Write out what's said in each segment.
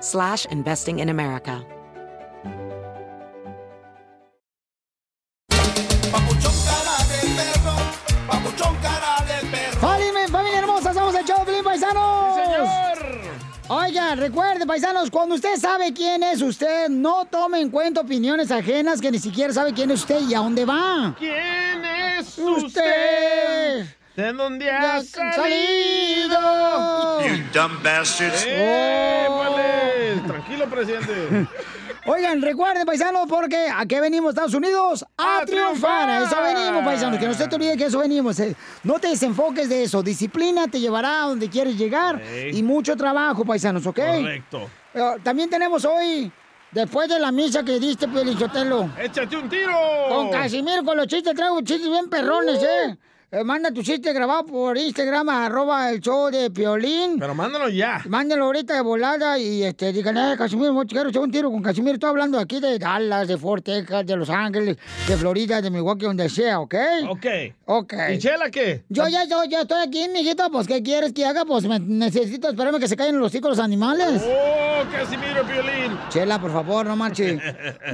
slash investing in America. Papuchón cara de perro, papuchón cara de perro. ¡Familia, familia hermosa! ¡Somos el show, de Piolín, Paisanos! Oigan, recuerden, paisanos, cuando usted sabe quién es usted, no tome en cuenta opiniones ajenas que ni siquiera sabe quién es usted y a dónde va. ¿Quién es usted? usted? ¿De dónde ¡Ya ha han salido? salido! Dumb bastards. Eh. ¡Épale! Tranquilo, presidente. Oigan, recuerden, paisanos, porque ¿a qué venimos, Estados Unidos? ¡A, ¡A triunfar! A eso triunfar! venimos, paisanos, que no se te olvide que a eso venimos. eh. No te desenfoques de eso. Disciplina te llevará a donde quieres llegar Ey. y mucho trabajo, paisanos, ¿ok? Correcto. Pero también tenemos hoy, después de la misa que diste, Pielichotelo. ¡Échate un tiro! Con Casimiro, con los chistes, traigo chistes bien Uh. perrones, ¿eh? Eh, Manda tu chiste grabado por Instagram, arroba el show de Piolín. Pero mándalo ya. Mándalo ahorita de volada y este, digan, eh, Casimiro, mo- quiero echar un tiro con Casimiro. Estoy hablando aquí de Dallas, de Fort Texas, de Los Ángeles, de Florida, de Milwaukee, donde sea, ¿ok? Ok. Ok. ¿Y Chela qué? Yo ya, yo, ya estoy aquí, mijito, pues, ¿qué quieres que haga? Pues, me- necesito, espérame que se caigan los hocico los animales. ¡Oh, Casimiro Piolín! Chela, por favor, no marches.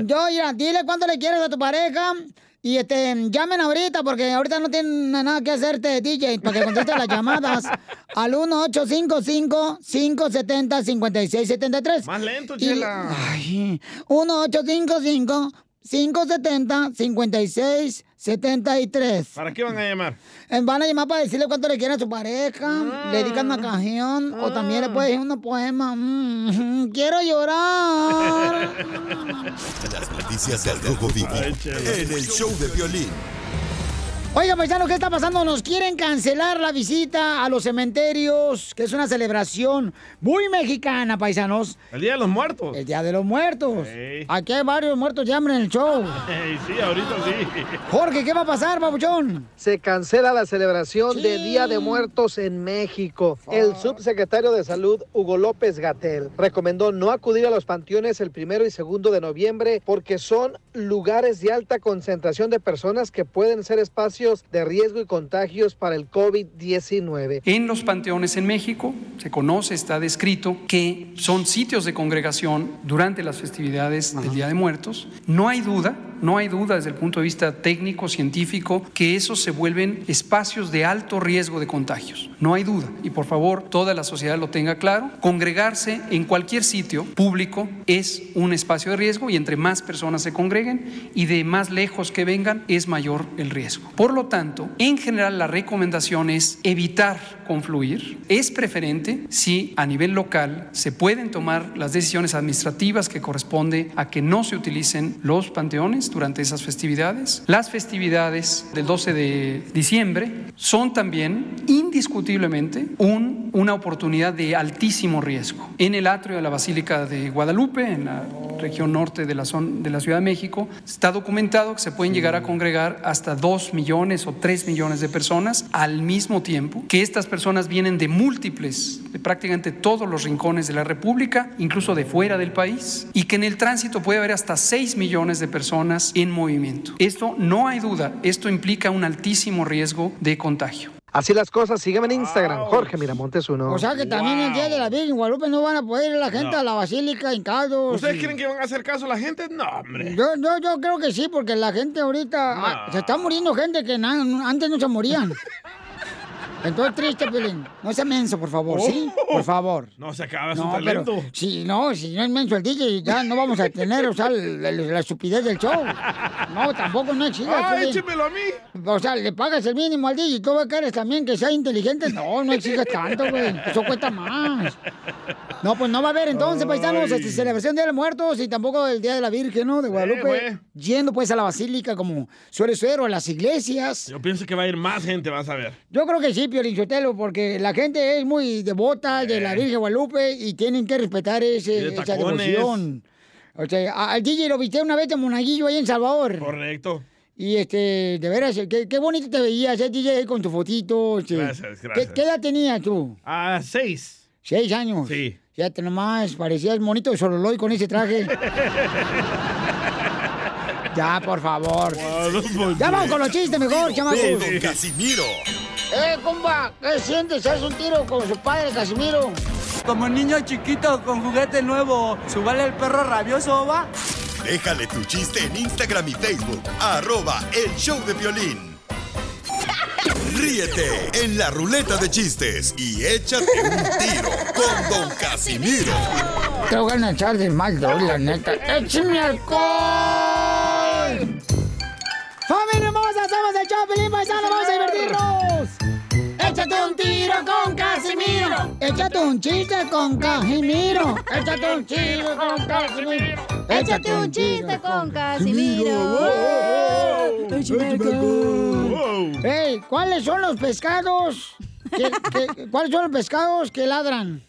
Yo, mira, dile cuánto le quieres a tu pareja y este, llamen ahorita porque ahorita no tienen nada que hacerte, DJ, para que conteste las llamadas al 1-855-570-5673. Más lento, Y- Chela. Ay, 1-855-570-5673. ¿Para qué van a llamar? Eh, Van a llamar para decirle cuánto le quieren a su pareja, Ah. le dedican una canción o también le puedes decir unos poemas. Mm, quiero llorar. Las noticias del Rojo Vivo en el show de violín. Oiga, paisano, ¿qué está pasando? Nos quieren cancelar la visita a los cementerios, que es una celebración muy mexicana, paisanos. El Día de los Muertos. El Día de los Muertos. Sí. Aquí hay varios muertos ya hombre, en el show. Ey, sí, ahorita sí. Jorge, ¿qué va a pasar, babuchón? se cancela la celebración de Sí. Día de Muertos en México. El subsecretario de Salud, Hugo López Gatel, recomendó no acudir a los panteones el primero y segundo de noviembre porque son lugares de alta concentración de personas que pueden ser espacios de riesgo y contagios para el COVID-19. En los panteones en México se conoce, está descrito que son sitios de congregación durante las festividades del Día de Muertos. No hay duda, no hay duda desde el punto de vista técnico, científico, que esos se vuelven espacios de alto riesgo de contagios. No hay duda. Y por favor, toda la sociedad lo tenga claro. Congregarse en cualquier sitio público es un espacio de riesgo y entre más personas se congreguen y de más lejos que vengan es mayor el riesgo. Por lo tanto, en general la recomendación es evitar confluir. Es preferente si a nivel local se pueden tomar las decisiones administrativas que corresponde a que no se utilicen los panteones durante esas festividades. Las festividades del 12 de diciembre son también indiscutiblemente un- una oportunidad de altísimo riesgo. En el atrio de la Basílica de Guadalupe, en la región norte de la, zon- de la Ciudad de México, está documentado que se pueden llegar a congregar hasta 2 millones o 3 millones de personas al mismo tiempo, que estas personas vienen de múltiples, de prácticamente todos los rincones de la República, incluso de fuera del país, y que en el tránsito puede haber hasta 6 millones de personas en movimiento. Esto no hay duda, esto implica un altísimo riesgo de contagio. Así las cosas, sígueme en Instagram, Jorge Miramontes uno. O sea que también el Día de la Virgen Guadalupe no van a poder ir la gente No. a la Basílica en caldo. ¿Ustedes creen que van a hacer caso a la gente? No, hombre. Oh, Yo, yo, yo creo que sí, porque la gente ahorita... ah, No. se está muriendo gente que na- antes no se morían. Entonces triste, Pelín. No sea menso, por favor, ¿sí? Oh. Por favor. No se acaba su No, pero talento. si no, si no es menso el DJ, ya no vamos a tener, o sea, el- el- la estupidez del show. No, tampoco no exige. ¡Ah, Pelín. échemelo a mí! O sea, le pagas el mínimo al DJ y tú quieres también que sea inteligente. No, no exiges tanto, güey. Eso cuesta más. No, pues no va a haber entonces, paisanos, Ay. este, celebración del Día de los Muertos y tampoco el Día de la Virgen, ¿no? De Guadalupe. güey. Yendo pues a la basílica como suele ser o a las iglesias. Yo pienso que va a ir más gente, vas a ver. Yo creo que sí, Piolichotelo, porque la gente es muy devota de la Virgen de Guadalupe y tienen que respetar Eh. Y ese, de esa tacones. devoción. O sea, a- al DJ lo viste una vez en Monaguillo ahí en Salvador. Correcto. Y este, de veras, qué, qué bonito te veías, eh, DJ, ahí con tu fotito. este. Gracias, gracias. ¿Qué, qué edad tenías tú? A seis. ¿Seis años? Sí. Fíjate nomás, parecías monito de Sololoy con ese traje. ya, por favor. Ya vamos con los chistes mejor, chamacos. Con Don Casimiro. ¡Eh, compa! ¿Qué sientes? ¿Haz un tiro con su padre, Casimiro? Como niño chiquito con juguete nuevo, subale el perro rabioso, va. Déjale tu chiste en Instagram y Facebook. Arroba el show de violín. Ríete en la ruleta de chistes y échate un tiro con Don Casimiro. Te voy a echar de mal, la neta. ¡Échame alcohol! ¡Familia hermosa! ¡Somos el Chopelín Paisano! ¡Vamos a divertirnos! ¡Échate un tiro con Casimiro! ¡Échate un chiste con Casimiro! ¡Échate un tiro con Casimiro! Échate un chiste con Casimiro. Échame ¡Ey! ¿Cuáles son los pescados? que- que- ¿Cuáles son los pescados que ladran?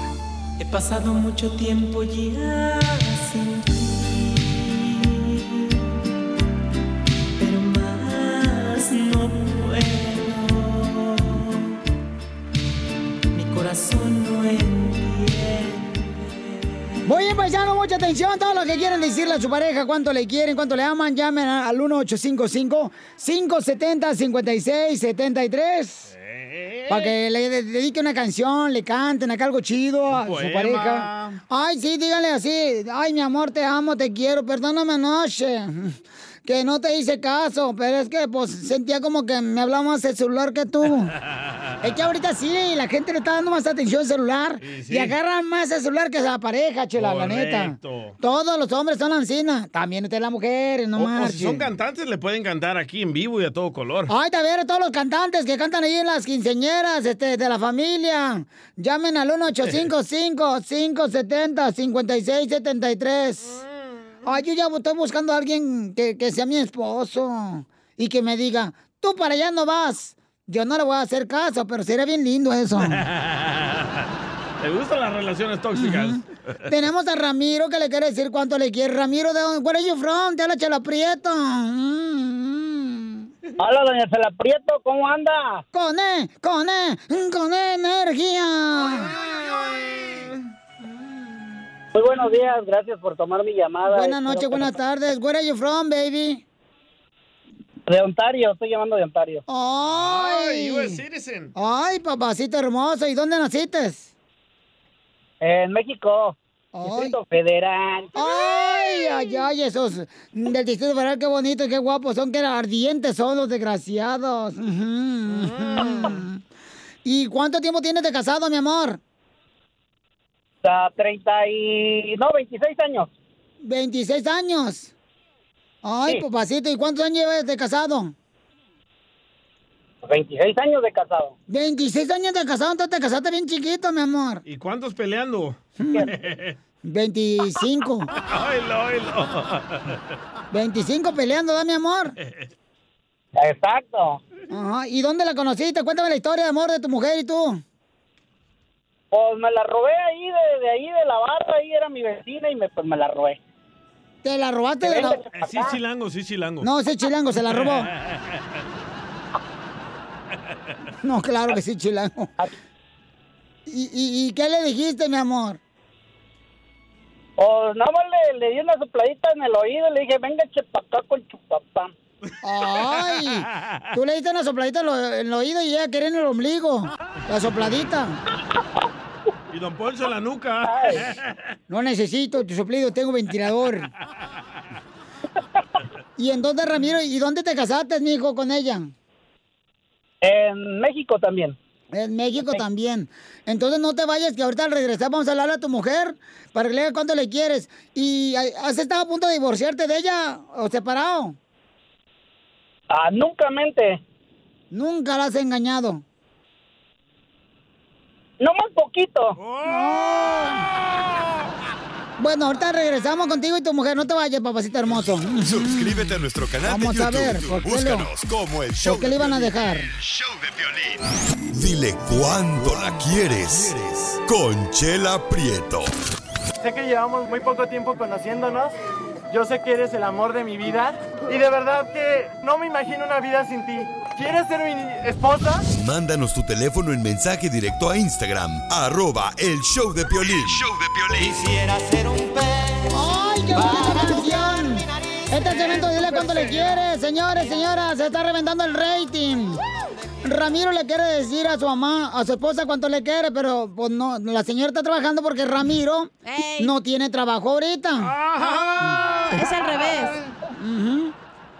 He pasado mucho tiempo ya sin ti, pero más no puedo. Mi corazón no entiende. Muy bien, paisano, mucha atención. Todos los que quieren decirle a su pareja cuánto le quieren, cuánto le aman, llamen a- al 1855-570-5673. Para que le de- dedique una canción, le canten acá algo chido a su poema. pareja. Ay, sí, díganle así. Ay, mi amor, te amo, te quiero. Perdóname anoche. Que no te hice caso, pero es que pues sentía como que me hablaba más el celular que tú. Es que ahorita sí, la gente le está dando más atención al celular sí. y agarran más el celular que a la pareja, chela, la neta. Correcto. Todos los hombres son ansina, también ustedes las mujeres, no O- o si marchen. son cantantes, le pueden cantar aquí en vivo y a todo color. Ay, a ver, todos los cantantes que cantan ahí en las quinceñeras este, de la familia, llamen al 1855-570-5673. Ay, yo ya estoy buscando a alguien que, que sea mi esposo y que me diga, tú para allá no vas. Yo no le voy a hacer caso, pero sería bien lindo eso. ¿Te gustan las relaciones tóxicas? Tenemos a Ramiro que le quiere decir cuánto le quiere. Ramiro, ¿de dónde? ¿Where are you from? Te habla Chela Prieto. Mm, Hola, doña Chela Prieto, ¿cómo anda? Con E, con E, con E energía. Muy buenos días, gracias por tomar mi llamada. este, Buenas noches, buenas tardes. Where are you from, baby? De Ontario, estoy llamando de Ontario. Ay, Ay, US citizen. Ay, papacito hermoso. ¿Y dónde naciste? En México, Distrito Federal. Ay, ay, ay, esos del Distrito Federal, qué bonitos, qué guapos son, qué ardientes son los desgraciados. Ujú. ¿Y cuánto tiempo tienes de casado, mi amor? Hasta 30 y... no, 26 años. 26 años. Ay, Sí. papacito, ¿y cuántos años llevas de casado? 26 años de casado. 26 años de casado, entonces te casaste bien chiquito, mi amor. ¿Y cuántos peleando? 25. ¡Ay, lo, ay, lo! 25 peleando, da mi amor. Exacto. Ajá. ¿Y dónde la conociste? Cuéntame la historia de amor de tu mujer y tú. Pues me la robé ahí, de, de ahí, de la barra, ahí era mi vecina y me, pues me la robé. ¿Te la robaste de la... Eh, Sí, chilango, sí, chilango. No, ese chilango se la robó. No, claro que sí, chilango. ¿Y, y, y qué le dijiste, mi amor? Pues nada más le, le di una sopladita en el oído y le dije, venga, chepa acá con chupapam. Ay, tú le diste una sopladita en, lo- en el oído y ella quería en el ombligo. La sopladita. Y don Poncho en la nuca. No necesito tu soplido, tengo ventilador. Y entonces, Ramiro, ¿y dónde te casaste, mijo, con ella? En México también. En México también. Entonces no te vayas, que ahorita al regresar vamos a hablar a tu mujer para que le digas cuánto le quieres. ¿Y ay, has estado a punto de divorciarte de ella o separado? Ah, nunca mente. Nunca la has engañado. No más poquito. Bueno, ahorita regresamos contigo y tu mujer. No te vayas, papacito hermoso. Suscríbete a nuestro canal Vamos de a YouTube. ver, ¿por qué lo- Búscanos como el show. ¿Por qué le iban a dejar? Dile cuándo la quieres. Conchela Prieto. Sé que llevamos muy poco tiempo conociéndonos. Yo sé que eres el amor de mi vida. Y de verdad que no me imagino una vida sin ti. ¿Quieres ser mi esposa? Mándanos tu teléfono en mensaje directo a Instagram. Arroba el show de Piolín. Quisiera ser un ¡Ay, qué bonita canción! Este segmento, dile cuánto le quieres, señores, señoras. Se está reventando el rating. Ramiro le quiere decir a su mamá, a su esposa cuánto le quiere, pero pues, no, la señora está trabajando porque Ramiro no tiene trabajo ahorita. es al revés.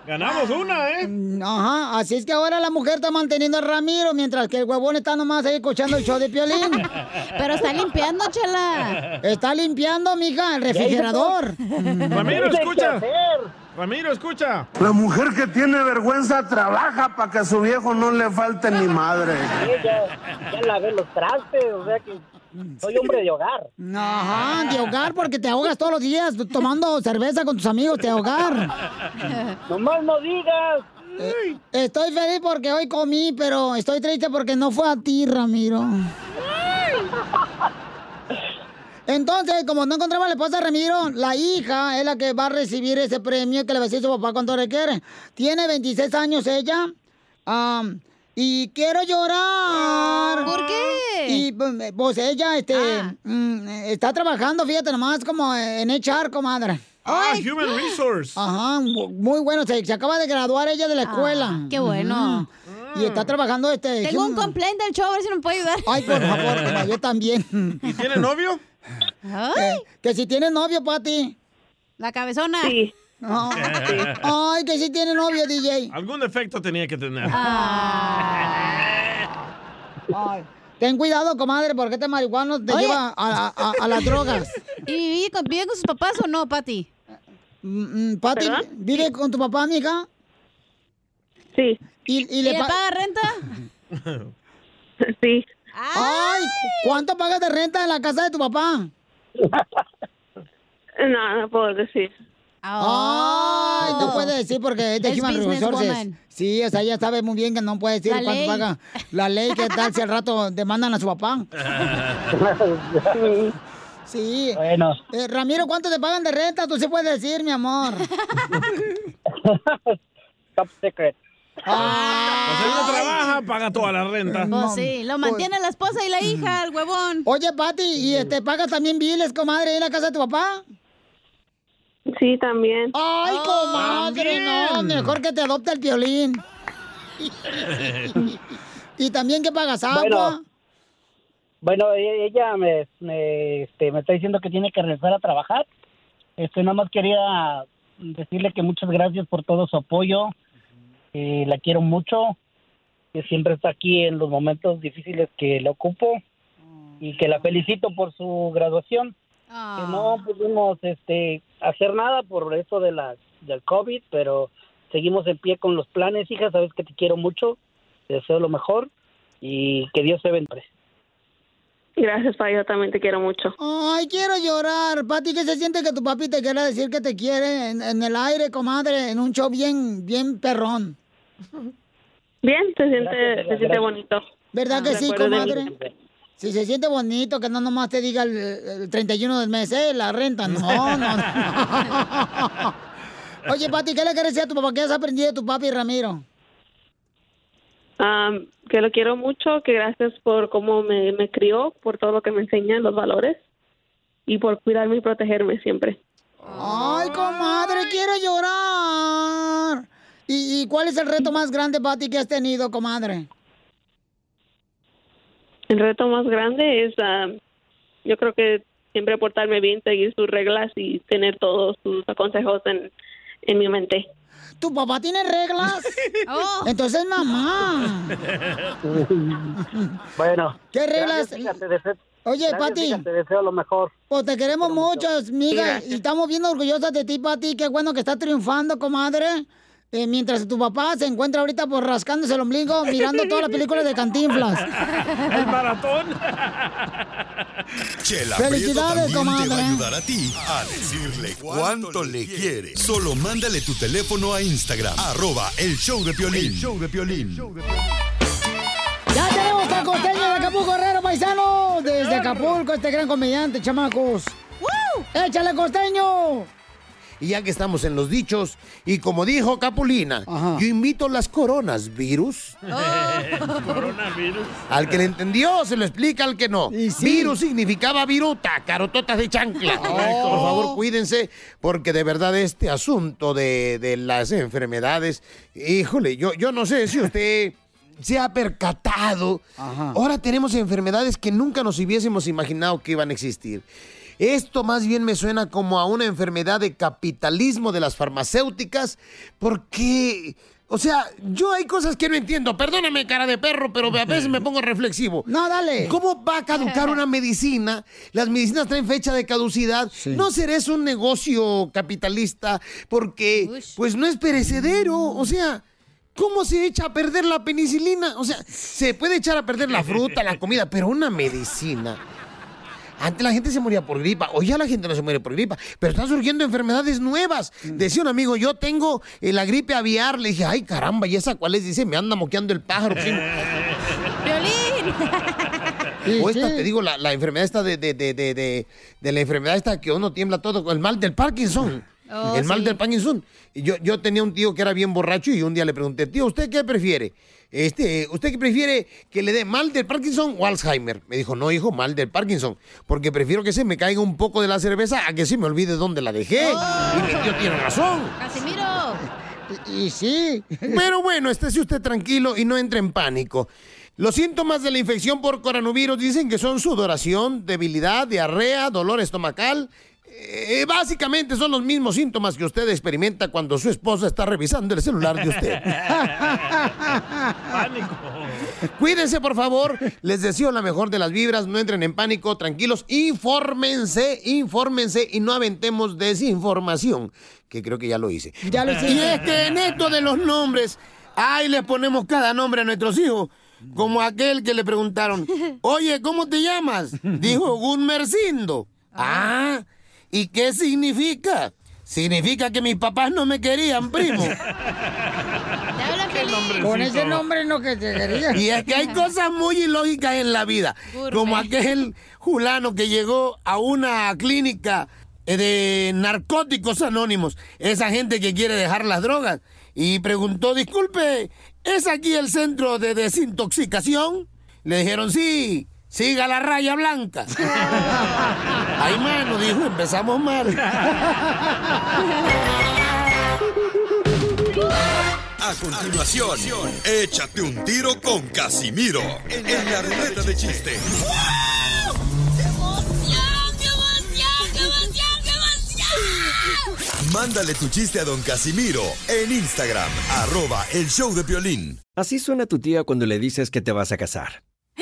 Ganamos una, ¿eh? Mm, Ajá, así es que ahora la mujer está manteniendo a Ramiro mientras que el huevón está nomás ahí escuchando el show de Piolín. Pero está limpiando, chela. Está limpiando, mija, el Ya hizo refrigerador. Ramiro, escucha. Ramiro, escucha. La mujer que tiene vergüenza trabaja para que a su viejo no le falte ni madre. Sí, ya, ya lavé los trastes, o sea que soy hombre de hogar. Ajá, de ahogar porque te ahogas todos los días tomando cerveza con tus amigos, te ahogar. Nomás no digas. Eh, estoy feliz porque hoy comí, pero estoy triste porque no fue a ti, Ramiro. Entonces, como no encontraba la esposa de Ramiro, la hija es la que va a recibir ese premio que le va a decir su papá cuando requiere. Tiene 26 años ella. am, y quiero llorar. ¿Por qué? Y pues pues, ella este, mm, está trabajando, fíjate nomás, como en HR, comadre. Ah, Human Resource. Ajá, mu- muy bueno. Se, se acaba de graduar ella de la escuela. Ah, qué bueno. Ujú. Y Mm. está trabajando este. Tengo un Human- complaint del show, a ver si me puede ayudar. Ay, por favor, comadre, yo también. ¿Y tiene novio? Eh, que si tiene novio, Pati. La cabezona. Sí. Ay, que si tiene novio, DJ. Algún defecto tenía que tener. Ah. Ay, Ten cuidado, comadre, porque este marihuano te Oye. lleva a, a- a- a las drogas. ¿Y vive con, vive con sus papás o no, Pati? Mm, mm, Pati, ¿vive con tu papá, mija? Sí. ¿Y, ¿Y le paga renta? Sí. Ay, ¿cuánto pagas de renta en la casa de tu papá? No, no puedo decir. Ay, no Oh. puede decir porque es de Es Human businesswoman. Resources. Sí, o sea, ella sabe muy bien que no puede decir La cuánto ley. paga la ley, que tal si al rato demandan a su papá. Sí. Bueno. Eh, Ramiro, ¿cuánto te pagan de renta? Tú sí puedes decir, mi amor. Top secret. Pues él no trabaja, paga toda la renta. Pues sí, lo mantiene la esposa y la hija, el huevón. Oye, Pati, ¿y este, pagas también biles, comadre, ahí en la casa de tu papá? Sí, también. Ay, comadre, no, mejor que te adopte el violín. ¿Y también que pagas agua? Bueno. Bueno, e- ella me, me, este, me está diciendo que tiene que regresar a trabajar. Este, nada más quería decirle que muchas gracias por todo su apoyo. Eh, la quiero mucho. Que siempre está aquí en los momentos difíciles que le ocupo. Y que la felicito por su graduación. Que no Ah. pudimos este, hacer nada por eso de la, del COVID, pero seguimos en pie con los planes, hija. Sabes que te quiero mucho. Te deseo lo mejor. Y que Dios te bendiga. Gracias, pa, yo también te quiero mucho. Ay, quiero llorar. Pati, ¿qué se siente que tu papi te quiera decir que te quiere en, en el aire, comadre, en un show bien, bien perrón? Bien, se siente, Gracias, Eh, se siente gracias. bonito. ¿Verdad que Me sí, acuerdo de mí comadre? siempre. Si se siente bonito, que no nomás te diga el, el 31 del mes, eh, la renta. No, no, no. Oye, Pati, ¿qué le quieres decir a tu papá? ¿Qué has aprendido de tu papi, Ramiro? Am, que lo quiero mucho, que gracias por cómo me, me crió, por todo lo que me enseña, los valores y por cuidarme y protegerme siempre. Ay, comadre, quiero llorar. ¿Y, y cuál es el reto más grande, Pati, que has tenido, comadre? El reto más grande es, am, yo creo que siempre portarme bien, seguir sus reglas y tener todos sus consejos en, en mi mente. ¿Tu papá tiene reglas? Entonces, mamá. bueno. ¿Qué reglas? gracias, hija, te deseo- Oye, gracias, Pati. hija, Te deseo lo mejor. Pues te queremos mucho, amiga, Gracias. y estamos bien orgullosas de ti, Pati. Qué bueno que estás triunfando, comadre. Eh, mientras tu papá se encuentra ahorita por rascándose el ombligo, mirando todas las películas de Cantinflas. El maratón. Chela Prieto Felicidades, también te va a comadre. ayudar a ti a decirle cuánto le quiere. Solo mándale tu teléfono a Instagram, arroba el show de Piolín. show de Ya tenemos al costeño de Acapulco Herrero, paisano. Desde Acapulco, este gran comediante, chamacos. ¡Échale, costeño! Y ya que estamos en los dichos, y como dijo Capulina, yo invito las coronas virus. Coronavirus. Al que le entendió, se lo explica al que no. Virus significaba viruta, carototas de chancla. Por favor, cuídense, porque de verdad este asunto de, de las enfermedades, híjole, yo, yo no sé si usted se ha percatado. Ahora tenemos enfermedades que nunca nos hubiésemos imaginado que iban a existir. Esto más bien me suena como a una enfermedad de capitalismo de las farmacéuticas, porque, o sea, yo hay cosas que no entiendo. Perdóname, cara de perro, pero a veces me pongo reflexivo. No, dale. ¿Cómo va a caducar una medicina? Las medicinas traen fecha de caducidad. No será eso un negocio capitalista, porque, pues, no es perecedero. O sea. ¿Cómo se echa a perder la penicilina? O sea, se puede echar a perder la fruta, la comida, pero una medicina. Antes la gente se moría por gripa, hoy ya la gente no se muere por gripa, pero están surgiendo enfermedades nuevas. Decía un amigo, yo tengo eh, la gripe aviar, le dije, ay caramba, ¿y esa cuál es? Dice, me anda moqueando el pájaro. primo". ¡Violín! O esta, te digo, la, la enfermedad esta de, de, de, de, de- de la enfermedad esta que uno tiembla todo, el mal del Parkinson. Oh, el mal sí. del Parkinson. Y Yo, yo tenía un tío que era bien borracho y un día le pregunté, tío, ¿usted qué prefiere? Este, ¿Usted qué prefiere que le dé mal del Parkinson o Alzheimer? Me dijo, no, hijo, mal del Parkinson, porque prefiero que se me caiga un poco de la cerveza a que se me olvide dónde la dejé. Y mi tío tiene razón. Oh. Casimiro. Y, sí. Pero bueno, esté usted tranquilo y no entre en pánico. Los síntomas de la infección por coronavirus dicen que son sudoración, debilidad, diarrea, dolor estomacal. Eh, básicamente son los mismos síntomas que usted experimenta cuando su esposa está revisando el celular de usted. Cuídense, por favor. Les deseo la mejor de las vibras. No entren en pánico, tranquilos. Infórmense, infórmense y no aventemos desinformación, que creo que ya lo hice. Ya lo hiciste. Y es que en esto de los nombres, ahí les ponemos cada nombre a nuestros hijos. Como aquel que le preguntaron, oye, ¿cómo te llamas? Dijo Gunmercindo. Ah, ¿y qué significa? Significa que mis papás no me querían, primo. Con ese nombre no que te quería. Y es que hay cosas muy ilógicas en la vida. Gourmet. Como aquel fulano que llegó a una clínica eh, de narcóticos anónimos. Esa gente que quiere dejar las drogas. Y preguntó, disculpe, ¿es aquí el centro de desintoxicación? Le dijeron, sí, siga la raya blanca. Ay, mano, dijo, empezamos mal. A continuación, échate un tiro con Casimiro en la ruleta de chiste. Mándale tu chiste a don Casimiro en Instagram, arroba el show de violín. Así suena tu tía cuando le dices que te vas a casar.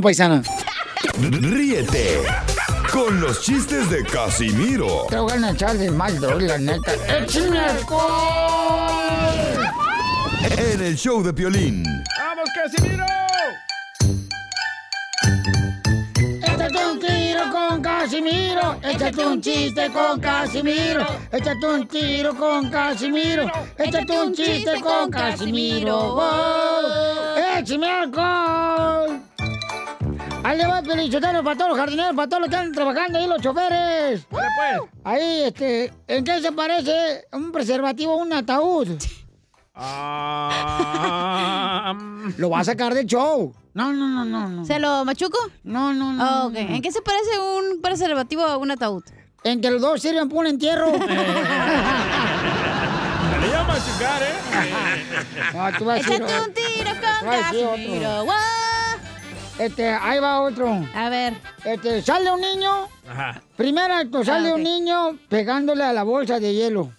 paisana. Ríete con los chistes de Casimiro Te voy a echar de mal, doy, la neta. ¡Échame alcohol! en el show de violín. ¡Vamos, Casimiro! Échate un tiro con Casimiro, échate un chiste con Casimiro, échate un tiro con Casimiro, échate un chiste con Casimiro. ¡Wow! ¡Échame alcohol! Ahí le va, Pelichotero, para todos los jardineros, para todos los que están trabajando ahí, los choferes. Ahí, este, ¿en qué se parece un preservativo a un ataúd? Lo va a sacar del show. No, no, no, no. no. ¿Se lo machuco? No, no, no. Ah, ok. ¿En qué se parece un preservativo a un ataúd? En que los dos sirven para un entierro. Se le llama a machucar, ¿eh? No, tú vas a decir- Échate un tiro Tú con vas a decir otro. Casimiro. ¡guau! Este, ahí va otro. A ver. Este, sale un niño. Primer acto, sale Ah, ok. un niño pegándole a la bolsa de hielo.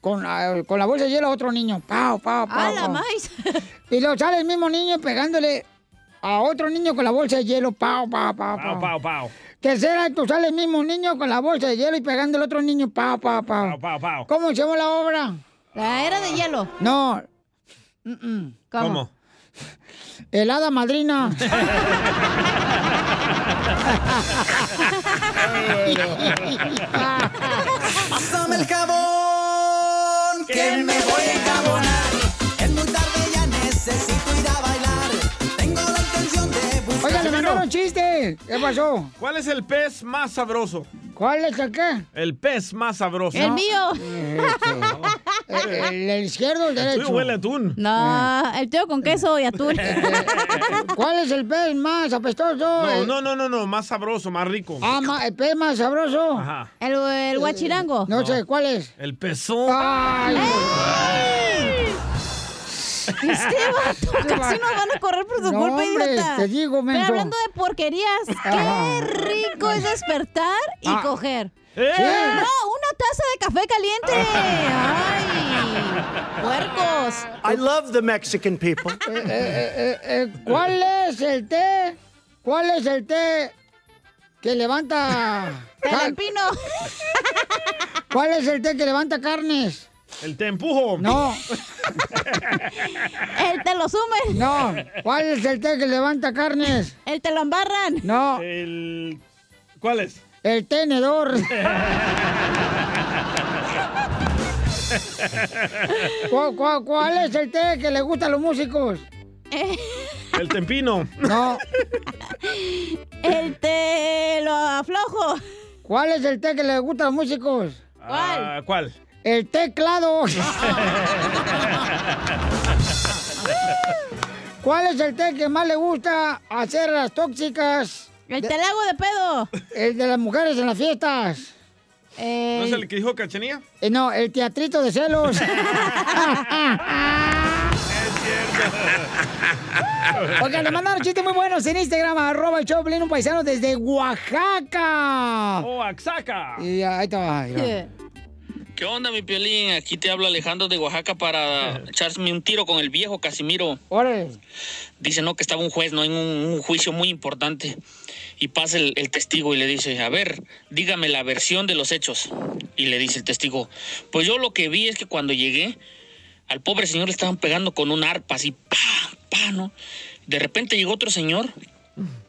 Con, ah, con la bolsa de hielo a otro niño. Pau, pau, pau. ¡A la pau. maíz! Y luego sale el mismo niño pegándole a otro niño con la bolsa de hielo. Pau, pau, pau, Pau, pau. pau, pau. Tercer acto, sale el mismo niño con la bolsa de hielo y pegándole a otro niño. Pau, pau, pau. Pau, pau, pau. ¿Cómo se llama la obra? La era de hielo. No. ¿Cómo? El hada madrina. Pásame el jabón, que me voy a enjabonar. Es muy tarde, ya necesito ir a bailar. Tengo la intención de buscar. Oiga, le mandaron chiste. ¿Qué pasó? ¿Cuál es el pez más sabroso? ¿Cuál es el qué? El pez más sabroso. El mío. El, el- el izquierdo o el El tuyo derecho. Eh. huele a atún. No, el tío con queso y atún. ¿Cuál es el pez más apestoso? No, no, no, no, no, más sabroso, más rico. Ah, ma- el pez más sabroso. Ajá. El, el guachirango. Eh, No, sé, ¿cuál es? El pezón. Ay. Este vato, casi nos van a correr por tu No, culpa, hombre, idiota. te digo, menso. Pero hablando de porquerías, qué rico es despertar y Ah. coger. ¿Eh? ¡No, una taza de café caliente! ¡Ay! ¡Puercos! I love the Mexican people. Eh, eh, eh, ¿Cuál es el té? ¿Cuál es el té que levanta... cal- Pino. ¿Cuál es el té que levanta carnes? El te empujo. No. El te lo sumen. No. ¿Cuál es el té que levanta carnes? El te lo embarran. No. El. ¿Cuál es? El tenedor. ¿Cu- cu- cuál es el té que le gusta a los músicos? Eh. El tempino. No. El té lo aflojo. ¿Cuál es el té que le gusta a los músicos? Ah, ¿Cuál? El teclado. ¿Cuál es el té que más le gusta hacer a las tóxicas? El té le hago de pedo. El de las mujeres en las fiestas. Eh. ¿No es el que dijo Cachanía? Eh, no, el teatrito de celos. Oigan, le mandaron chistes muy buenos en Instagram, arroba el Choplin, un paisano desde Oaxaca. ¡Oh, Axaca! Y ahí te va. ahí va. ¿Qué onda, mi Piolín? Aquí te habla Alejandro de Oaxaca para echarme un tiro con el viejo Casimiro. Dice, no, que estaba un juez, no, en un, un juicio muy importante. Y pasa el, el testigo y le dice, a ver, dígame la versión de los hechos. Y le dice el testigo, pues yo lo que vi es que cuando llegué, al pobre señor le estaban pegando con un arpa así, pa, pa, ¿no? De repente llegó otro señor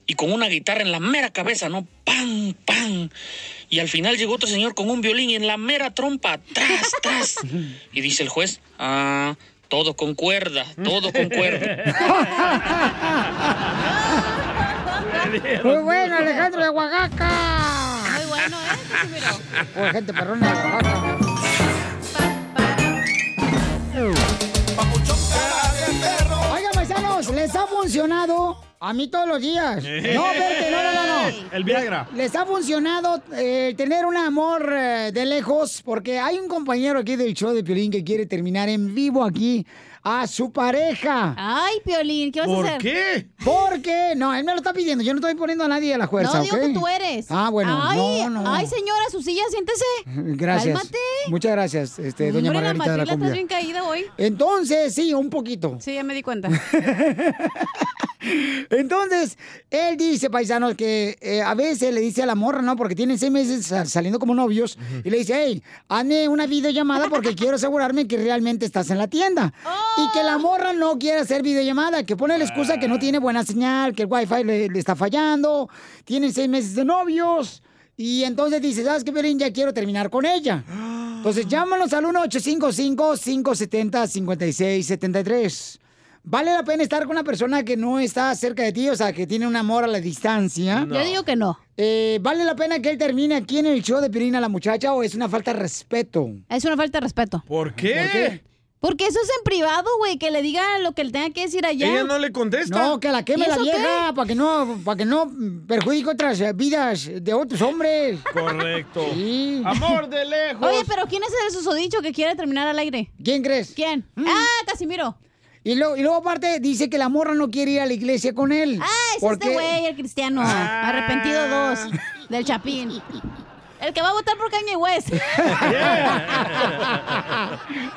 y con una guitarra en la mera cabeza, ¿no? ¡Pam, pam! Y al final llegó otro señor con un violín en la mera trompa, ¡tras, tras! Y dice el juez, ah, todo con cuerda, todo con cuerda. Muy bueno, Alejandro de Oaxaca. Muy bueno, ¿eh? gente perrona de Oaxaca. Oigan, paisanos, les ha funcionado a mí todos los días. No, verte, no, no, no. no. El Viagra. Les ha funcionado eh, tener un amor eh, de lejos, porque hay un compañero aquí del show de Piolín que quiere terminar en vivo aquí a su pareja. Ay, Piolín, ¿qué vas a ¿Por hacer? qué? Porque, no, él me lo está pidiendo, yo no estoy poniendo a nadie a la fuerza, no digo ¿ok? que tú eres. Ah, bueno, ay, no, no, no. Ay, señora, su silla, siéntese. Gracias. Cálmate. Muchas gracias, este, doña Hombre, la Margarita de matrila la estás cumbia. bien caída hoy. Entonces, sí, un poquito. Sí, ya me di cuenta. Entonces, él dice, paisanos, que eh, a veces le dice a la morra, ¿no? Porque tienen seis meses sa- saliendo como novios. Y le dice, hey, hazme una videollamada porque quiero asegurarme que realmente estás en la tienda. Y que la morra no quiere hacer videollamada, que pone la excusa que no tiene buena señal, que el wifi le, le está fallando. Tienen seis meses de novios. Y entonces dice, ¿sabes qué, Pelín? Ya quiero terminar con ella. Entonces, llámanos al 1-855-570-5673. ¿Vale la pena estar con una persona que no está cerca de ti, o sea, que tiene un amor a la distancia? Eh, Yo digo que no. ¿Vale la pena que él termine aquí en el show de Pirina la muchacha o es una falta de respeto? Es una falta de respeto. ¿Por qué? ¿Por qué? Porque eso es en privado, güey, que le diga lo que le tenga que decir allá. Ella no le contesta. No, que la queme ¿Y la eso vieja qué? para que no para que no perjudique otras eh, vidas de otros hombres. Correcto. Sí. Amor de lejos. Oye, pero ¿quién es el susodicho que quiere terminar al aire? ¿Quién crees? Mm. ¿Quién? Ah, Casimiro. Y, lo- y luego aparte dice que la morra no quiere ir a la iglesia con él. Ah. Ah, es este güey, el cristiano. Arrepentido dos. Del Chapín. El que va a votar por Kanye West.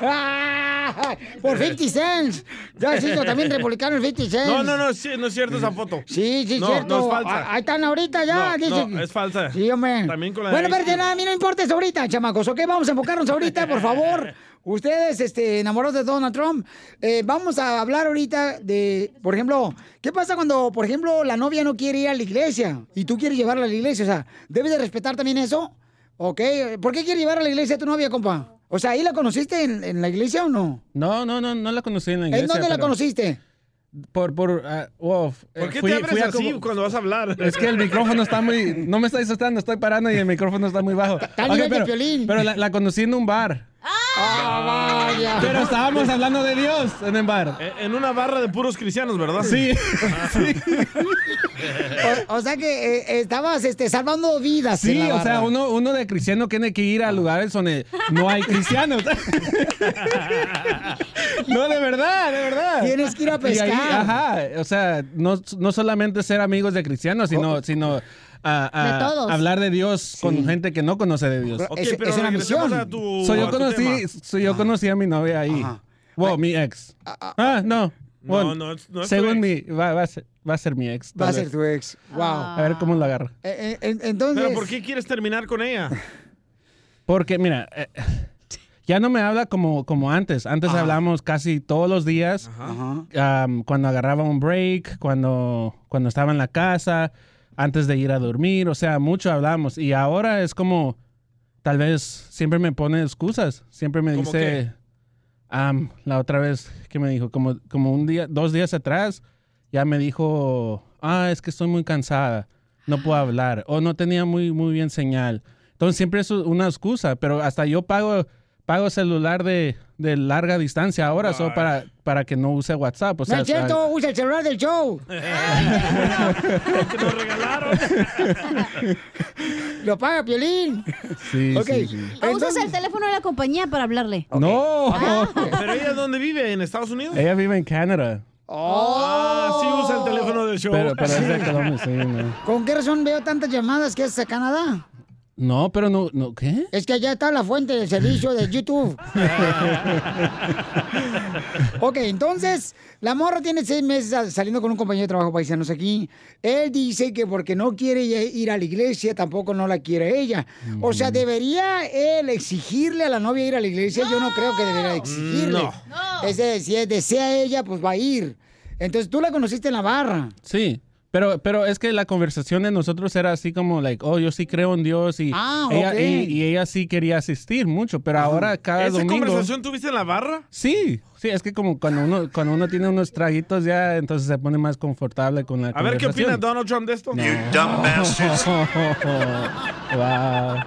Ah, Por 50 cents. Ya has sido también republicano el 50 cents. No, no, no, sí, no es cierto esa foto. Sí, sí, no, cierto. No, es falsa. Ah, Ahí están ahorita ya. No, dice- no, es falsa. Sí, hombre. También con la Bueno, de pero nada, a mí no me importa eso ahorita, chamacos, ¿ok? Vamos a enfocarnos ahorita, por favor. Ustedes, este, enamorados de Donald Trump, eh, vamos a hablar ahorita de, por ejemplo, ¿qué pasa cuando, por ejemplo, la novia no quiere ir a la iglesia y tú quieres llevarla a la iglesia? O sea, ¿debes de respetar también eso? ¿Ok? ¿Por qué quieres llevar a la iglesia a tu novia, compa? O sea, ¿ahí la conociste en, en la iglesia o no? No, no, no, no la conocí en la iglesia. ¿En Eh, dónde la pero conociste? Por, por, ah, wow, eh, ¿Por qué fui- te abres fui a así como- cuando vas a hablar? Es que el micrófono está muy, no me está asustando, estoy parando y el micrófono está muy bajo. al Ok, nivel de pero, Piolín. pero la, la conocí en un bar. vaya. Pero estábamos hablando de Dios en el bar. Eh, En una barra de puros cristianos, ¿verdad? Sí. O, o sea que eh, estabas este, salvando vidas. en Sí, la o barra. sea, uno, uno de cristiano tiene que ir a lugares donde no hay cristianos. no, de verdad, de verdad. Tienes que ir a Y ahí, pescar. ajá, o sea, no, no solamente ser amigos de cristianos, sino, Oh. sino ah, ah, De todos. hablar de Dios con gente que no conoce de Dios. Ok, Es- pero es una regresemos misión. a tu- So, a yo, tu conocí, tema. so, yo conocí a mi novia ahí. Wow, mi ex. Ah, no. No, Bueno, no es- no es tu según mi, va, va a ser, va a ser mi ex. Va a tal ser vez. tu ex. Wow. A ver cómo lo agarro. Eh, eh, en- entonces. ¿Pero por qué quieres terminar con ella? Porque, mira, eh, ya no me habla como, como antes. Antes hablamos casi todos los días. Am, cuando agarraba un break, cuando, cuando estaba en la casa, antes de ir a dormir. O sea, mucho hablamos. Y ahora es como, tal vez siempre me pone excusas. Siempre me ¿Cómo dice, am, Ah, la otra vez que me dijo, como, como un día, dos días atrás, ya me dijo, ah, es que estoy muy cansada, no Ah. puedo hablar, o no tenía muy, muy bien señal. Entonces siempre es una excusa, pero hasta yo pago, pago celular de, de larga distancia ahora, solo para, para que no use WhatsApp. O sea, no es cierto, usa el celular del show. Lo paga Piolín. Sí, Ok. sí, sí. O usas el teléfono de la compañía para hablarle. No. Ah. ¿Pero ella dónde vive? ¿En Estados Unidos? Ella vive en Canadá. Ah, sí usa Oh. el teléfono del show. Pero, pero es de Colombia, sí, no. ¿Con qué razón veo tantas llamadas que haces a Canadá? No, pero no, no ¿qué? Es que allá está la fuente del servicio de YouTube. Ok, entonces, la morra tiene seis meses sal- saliendo con un compañero de trabajo paisanos aquí. Él dice que porque no quiere ya ir a la iglesia, tampoco no la quiere ella. O sea, ¿debería él exigirle a la novia ir a la iglesia? Yo no creo que debería exigirle. No. Es de- si desea ella, pues va a ir. Entonces, tú la conociste en la barra. Sí, pero, pero es que la conversación de nosotros era así como, like, oh, yo sí creo en Dios y, Ah, ella, ok. y, y ella sí quería asistir mucho, pero ahora cada ¿Esa domingo... conversación tuviste en la barra? Sí, sí, es que como cuando uno, cuando uno tiene unos traguitos ya, entonces se pone más confortable con la A ver qué opina conversación. Donald Trump de esto. wow.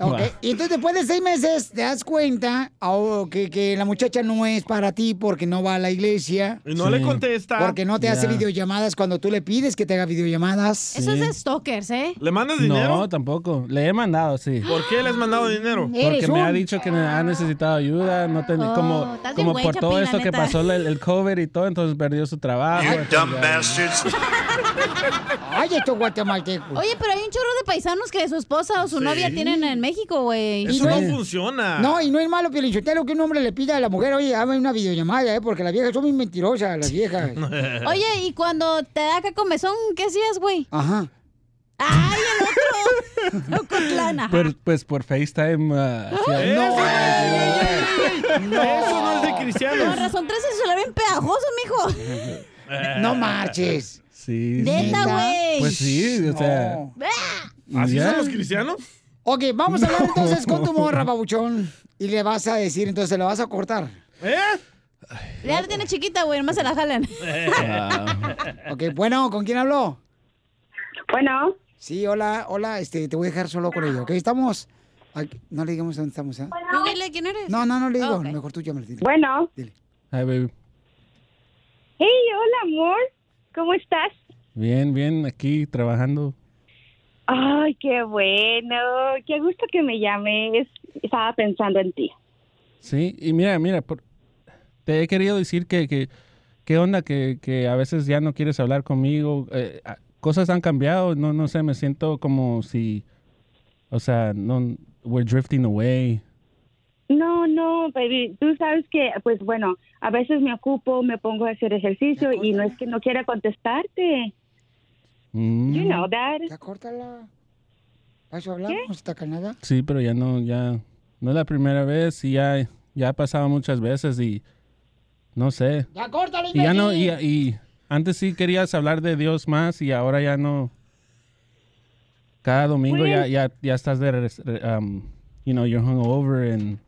Ok, Y entonces después de seis meses te das cuenta oh, que, que la muchacha no es para ti porque no va a la iglesia. Y no Sí. le contesta. Porque no te hace Ya. videollamadas cuando tú le pides que te haga videollamadas. Eso es de stalkers, ¿eh? ¿Le mandas No, tampoco. Le he mandado, sí. ¿Por qué le has mandado dinero? Porque me ha dicho que ha necesitado ayuda, no ten- Oh, como, estás bien como güey, por todo Chapín, la esto que neta. pasó el, el cover y todo, entonces perdió su trabajo. You entonces dumb ya- bastards. Ay, estos guatemaltecos. Oye, pero hay un chorro de paisanos que su esposa o su Sí. novia tienen en México, güey. Y no es- funciona. No, y no es malo, Piolinchotelo, que un hombre le pida a la mujer, oye, hazme una videollamada, ¿eh? Porque las viejas son muy mentirosas, las viejas. Oye, y cuando te da acá comezón, ¿qué hacías, güey? Ajá. Ocotlana. Pues, pues por FaceTime. ah, sí, ¿Eh? ahí- No. Eso no es de cristianos. Con razón, tres el celular bien pegajoso, mijo. No marches. Sí. Neta, güey. Pues sí, o sea. ¿Así ya. son los cristianos? Ok, vamos a hablar entonces con tu morra, babuchón. Y le vas a decir, entonces le vas a cortar. ¿Eh? Ya la tiene chiquita, güey, nomás se la jalan. Ah. Ok, bueno, ¿con quién habló? Bueno. Sí, hola, hola, este, te voy a dejar solo con ella, ¿ok? Estamos... aquí- no le digamos dónde estamos, ¿ah? Tú dile quién eres. No, no, no le digo, Ok. mejor tú llámale. dile. Bueno. Dile. Hi, baby. Hey, hola amor, ¿cómo estás? Bien, bien, aquí trabajando. Ay, qué bueno, qué gusto que me llames. Estaba pensando en ti. Sí, y mira, mira, por- te he querido decir que, que, qué onda, que, que a veces ya no quieres hablar conmigo. eh, a- cosas han cambiado, no, no sé, me siento como si, o sea, no, we're drifting away. No, no, baby, tú sabes que, pues bueno, a veces me ocupo, me pongo a hacer ejercicio y no es que no quiera contestarte. You know Mm. that. Ya córtala. ¿Para eso hablamos hasta Canadá? Sí, pero ya no, ya, no es la primera vez y ya, ya ha pasado muchas veces y, no sé. Ya córtala, Y ya no, y, y antes sí querías hablar de Dios más y ahora ya no. Cada domingo ya, ya, ya estás de, res- re- um, you know, you're hungover and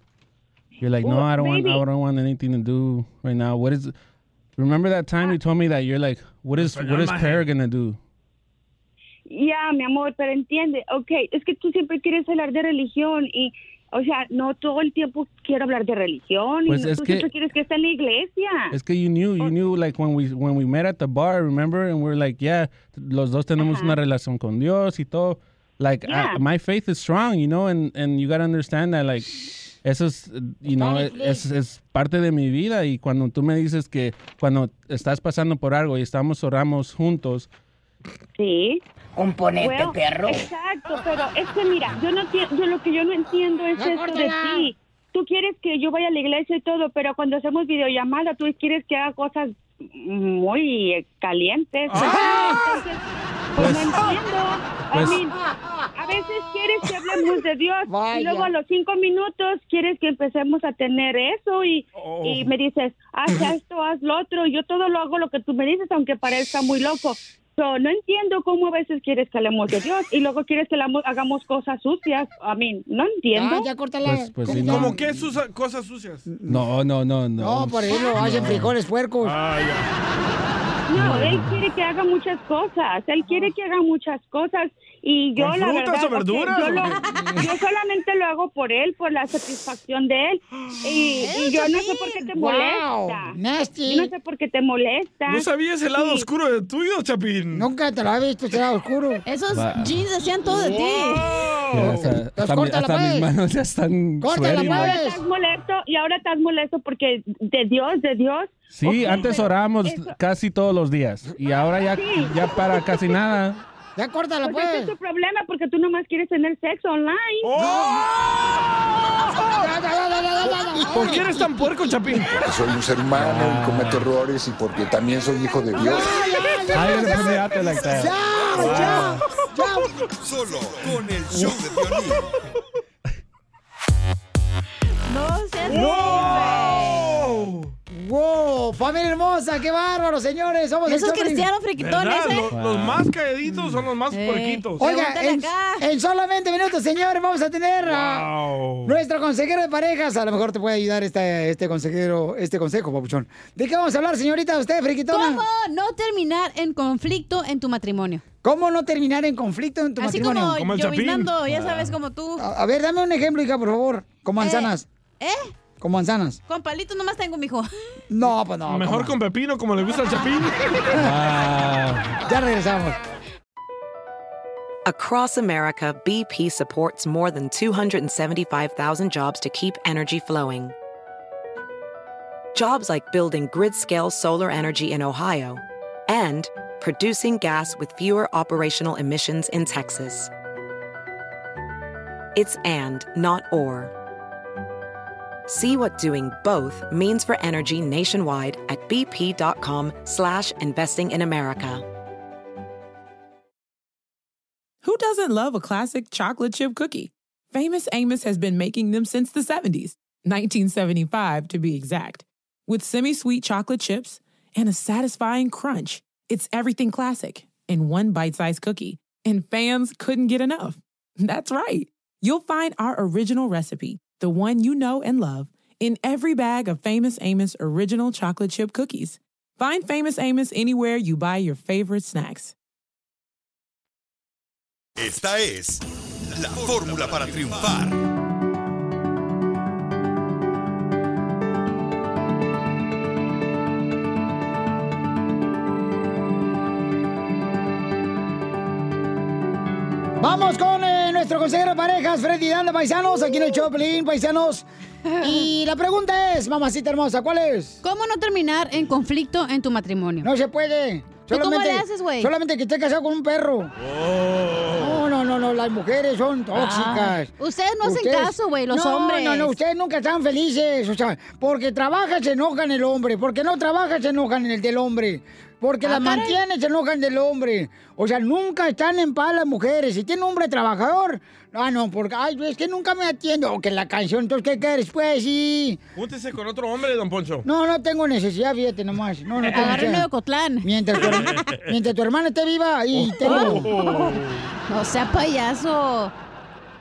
you're like, no, Well, I don't want, I maybe- don't want anything to do right now. What is, remember that Ah. time you told me that you're like, what is, Perdón, what is maje. prayer gonna do? Ya, mi amor, pero entiende, ok, es que tú siempre quieres hablar de religión y, o sea, no todo el tiempo quiero hablar de religión Pues y no- es tú que- siempre quieres que esté en la iglesia. Es que you knew, you knew like when we, when we met at the bar, remember? And we're like, yeah, los dos tenemos una relación con Dios y todo. Like, I- Yeah. my faith is strong, you know, and, and you gotta understand that, like, eso es, eh, you know, es, es parte de mi vida. Y cuando tú me dices que cuando estás pasando por algo y estamos oramos juntos. Sí. Componente, Well, perro. Exacto, pero es que mira, yo no tie- yo lo que yo no entiendo es Ya, esto de córtala. ti. Tú quieres que yo vaya a la iglesia y todo, pero cuando hacemos videollamada tú quieres que haga cosas muy eh, calientes. Entonces, pues, no entiendo. Pues- I mean, a veces quieres que hablemos de Dios y luego Vaya. a los cinco minutos quieres que empecemos a tener eso y, y me dices, haz esto, haz lo otro. Yo todo lo hago lo que tú me dices, aunque parezca muy loco. So, no entiendo cómo a veces quieres que hablemos de Dios y luego quieres que hagamos- hagamos cosas sucias. A mí, no entiendo. Ah, Ah, ya córtala. Pues, pues, sí, ¿Cómo no, qué susa- cosas sucias? no, no, no, no. No, por ejemplo, hacen frijoles puercos. No, él quiere que haga muchas cosas. Él quiere que haga muchas cosas. Y yo, ¿Con la frutas verdad, o verduras ok, yo, o lo- yo solamente lo hago por él, por la satisfacción de él. Y, y Eso yo no sí. sé por qué te Wow, molesta. nasty. Yo no sé por qué te molesta. ¿No sabías el lado oscuro de tuyo, Chapín? Nunca te lo había visto, será oscuro. Esos Va. jeans decían todo de ti. Ya, hasta- hasta mi- córtala, hasta mis pues. manos ya están sweaty, Y ahora like. estás molesto y ahora estás molesto porque de Dios, de Dios. Sí, Ok, antes pero oramos eso- casi todos los días y ahora ya, ya para casi nada. Ya córtala, pues. pues. Ese es tu problema porque tú nomás quieres tener sexo online. ¡Oh! ¿Por qué eres tan puerco, Chapín? Soy un ser humano y cometo errores y porque también soy hijo de Dios. Ay, ya, ya, ya. ya, Solo con el show de violín. No seas ¡Wow! ¡Wow! ¡Familia hermosa! ¡Qué bárbaro, señores! Somos Esos el show de- cristianos friquitones, ¿eh? ¿Verdad? Los, Ah. los más calladitos son los más Eh. puerquitos. Oiga, en, en solamente minutos, señores, vamos a tener a Wow. nuestro consejero de parejas. A lo mejor te puede ayudar este, este consejero, este consejo, papuchón. ¿De qué vamos a hablar, señorita, usted, friquitona? ¿Cómo no terminar en conflicto en tu matrimonio? ¿Cómo no terminar en conflicto en tu Así matrimonio? Ah. como, lloviznando, Ah. ya sabes, como tú. A, a ver, dame un ejemplo, hija, por favor. Con manzanas. ¿Eh? Con manzanas. Con palitos nomás tengo, mijo. No, pues no. Mejor con pepino, como le gusta al Chapín. Ah. Ya regresamos. Across America, BP supports more than 275,000 jobs to keep energy flowing. Jobs like building grid scale solar energy in Ohio and producing gas with fewer operational emissions in Texas. It's and, not or. See what doing both means for energy nationwide at bp.com slash investing in America. Who doesn't love a classic chocolate chip cookie? Famous Amos has been making them since the 70s, 1975 to be exact. With semi sweet chocolate chips and a satisfying crunch, it's everything classic in one bite sized cookie, and fans couldn't get enough. That's right. You'll find our original recipe, the one you know and love, in every bag of Famous Amos original chocolate chip cookies. Find Famous Amos anywhere you buy your favorite snacks. Esta es la fórmula para triunfar. Vamos con eh, nuestro consejero de parejas, Freddy Danda, paisanos, aquí en el Choplin, paisanos. Y la pregunta es, mamacita hermosa, ¿cuál es? ¿Cómo no terminar en conflicto en tu matrimonio? No se puede. ¿Tú cómo Solamente- le haces, güey? Solamente que esté casado con un perro. No, no, no, no, las mujeres son tóxicas. Ah, ustedes no hacen caso, güey, los No, hombres. No, no, ustedes nunca están felices, o sea, porque trabaja se enojan el hombre, porque no trabaja se enojan el del hombre. Porque la Ah, caray. mantiene, se enojan del hombre. O sea, nunca están en paz las mujeres. Si tiene un hombre trabajador, ah, no, porque, ay, es que nunca me atiendo. O que la canción, entonces, ¿qué quieres? Pues sí. Júntese con otro hombre, don Poncho. No, no tengo necesidad, fíjate nomás. No, no tengo Agarra uno necesidad. de Cotlán. Oh. Mientras tu, herma- mientras tu hermana esté viva y tengo. Oh. No sea payaso.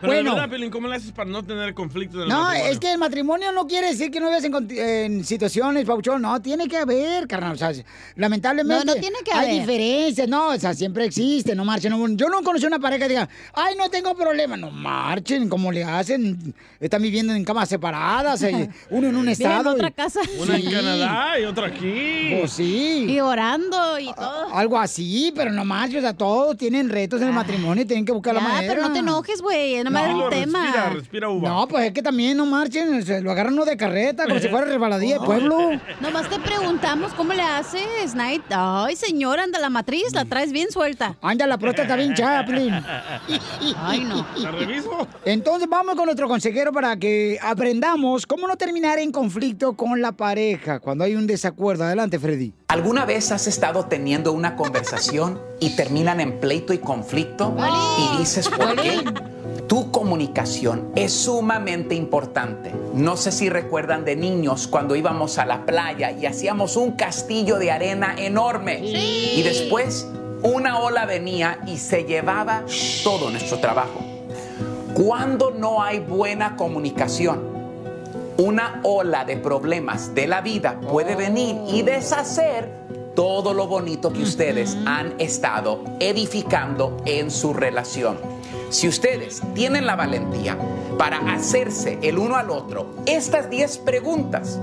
Pero Bueno. de verdad, Pelín, ¿cómo le haces para no tener conflicto en el No, matrimonio? es que el matrimonio no quiere decir que no vives en, conti- en situaciones, Pauchón. No, tiene que haber, carnal. O sea, lamentablemente. No, no tiene que Hay haber. diferencias, no, o sea, siempre existe, no marchen. no- yo no conocí una pareja que diga, ay, no tengo problema. No marchen, como le hacen. Están viviendo en camas separadas, eh, uno en un Viven en estado. otra casa. Una en Sí. Canadá y otra aquí. Pues sí. Y orando y todo. Ah. Algo así, pero no marchen, o sea, todos tienen retos en el matrimonio y tienen que buscar la Ya, manera. pero no te enojes, güey. No me hagas el tema. No, pues es que también no marchen, se lo agarran uno de carreta, como si fuera resbaladilla de pueblo. Nomás te preguntamos cómo le haces, Night. Ay, señora, anda la matriz, la traes bien suelta. Anda, la próstata bien hinchada, Piolín. Ay, no. ¿La reviso? Entonces vamos con nuestro consejero para que aprendamos cómo no terminar en conflicto con la pareja cuando hay un desacuerdo. Adelante, Freddy. ¿Alguna vez has estado teniendo una conversación y terminan en pleito y conflicto? Y dices, ¿por qué? Tu comunicación es sumamente importante. No sé si recuerdan de niños cuando íbamos a la playa y hacíamos un castillo de arena enorme. Y después una ola venía y se llevaba todo nuestro trabajo. Cuando no hay buena comunicación, una ola de problemas de la vida puede venir y deshacer todo lo bonito que ustedes han estado edificando en su relación. Si ustedes tienen la valentía para hacerse el uno al otro, estas 10 preguntas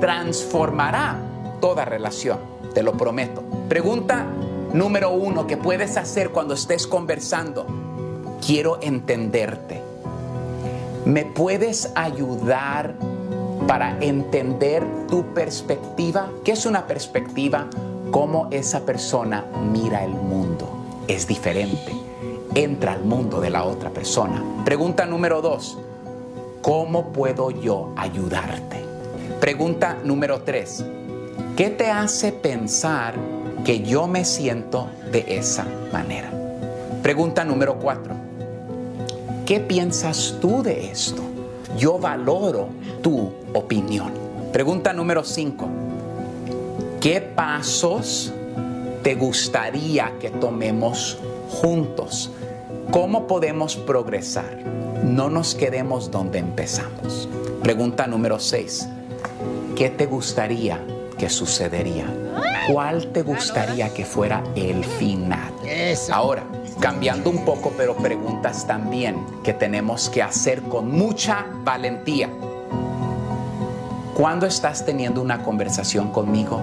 transformará toda relación, te lo prometo. Pregunta número uno que puedes hacer cuando estés conversando. Quiero entenderte. ¿Me puedes ayudar para entender tu perspectiva? ¿Qué es una perspectiva? Cómo esa persona mira el mundo. Es diferente. Entra al mundo de la otra persona. Pregunta número dos. ¿Cómo puedo yo ayudarte? Pregunta número tres. ¿Qué te hace pensar que yo me siento de esa manera? Pregunta número cuatro. ¿Qué piensas tú de esto? Yo valoro tu opinión. Pregunta número 5. ¿Qué pasos te gustaría que tomemos juntos? ¿Cómo podemos progresar? No nos quedemos donde empezamos. Pregunta número 6. ¿Qué te gustaría que sucedería? ¿Cuál te gustaría que fuera el final? Ahora, cambiando un poco, pero preguntas también que tenemos que hacer con mucha valentía. Cuando estás teniendo una conversación conmigo,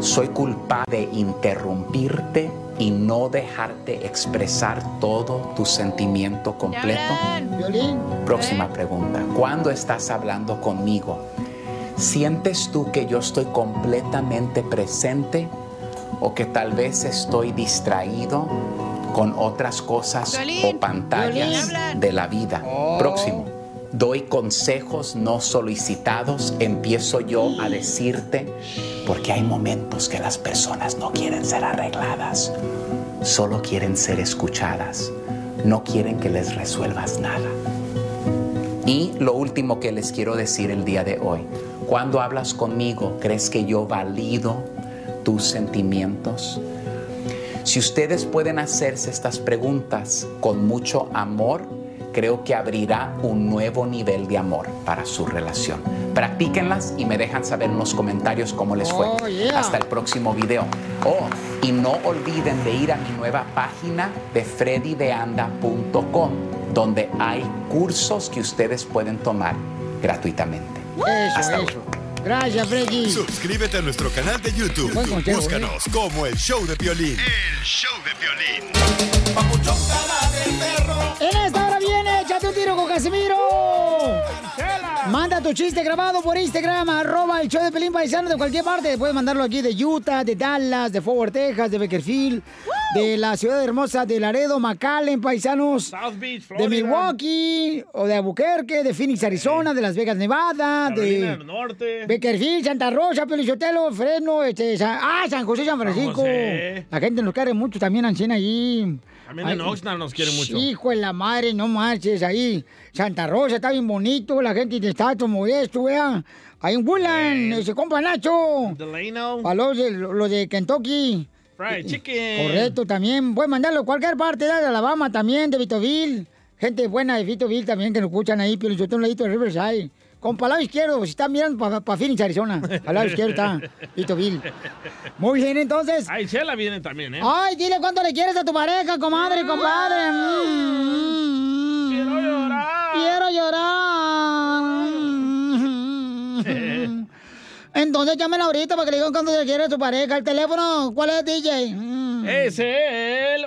soy culpable de interrumpirte y no dejarte expresar todo tu sentimiento completo. Próxima pregunta. Cuando estás hablando conmigo, ¿sientes tú que yo estoy completamente presente o que tal vez estoy distraído con otras cosas o pantallas de la vida? Próximo. Doy consejos no solicitados, empiezo yo a decirte, porque hay momentos que las personas no quieren ser arregladas, solo quieren ser escuchadas, no quieren que les resuelvas nada. Y lo último que les quiero decir el día de hoy, cuando hablas conmigo, ¿crees que yo valido tus sentimientos? Si ustedes pueden hacerse estas preguntas con mucho amor, creo que abrirá un nuevo nivel de amor para su relación. Practíquenlas y me dejan saber en los comentarios cómo les fue. Oh, yeah. Hasta el próximo video. Oh, y no olviden de ir a mi nueva página de freddydeanda.com, donde hay cursos que ustedes pueden tomar gratuitamente. Hasta luego. Gracias, Freddy. ¿eh? Suscríbete a nuestro canal de YouTube. Búscanos como el show de Piolín. En esta hora viene, échate un tiro con Casimiro. Manda tu chiste grabado por Instagram, arroba el show de Pelín Paisano de cualquier parte. Puedes mandarlo aquí de Utah, de Dallas, de Fort Worth, Texas, de Beckerfield, de la ciudad hermosa de Laredo, McAllen, paisanos. South Beach, de Florida. Milwaukee, o de Albuquerque, de Phoenix, Arizona, de Las Vegas, Nevada, Carolina de del Norte. Beckerfield, Santa Rosa, Pelichotelo, Fresno, este, San- ah, San José, San Francisco. José. La gente nos quiere mucho también, Ancina, allí. También en Ay, Oxnard nos quieren mucho. Hijo de la madre, no marches ahí. Santa Rosa está bien bonito, la gente de Estatus Modesto, vea. Hay un Woodland, ese compa Nacho. Delano. Para los de, los de Kentucky. Fried chicken. Correcto, también. Pueden mandarlo a cualquier parte, de Alabama también, de Vitoville. Gente buena de Vitoville también que nos escuchan ahí, pero yo tengo un ladito de Riverside. Con palado izquierdo, si están mirando para Phoenix, Arizona. Palado izquierdo está Vitoville. Muy bien, entonces. Ah, Ay, Chela viene también, ¿eh? Mm. Ay, dile cuánto le quieres a tu pareja, comadre, compadre. Quiero llorar. Quiero llorar. Entonces llamen ahorita para que le digan cuánto le quieres a tu pareja. El teléfono, ¿cuál es, DJ? Es el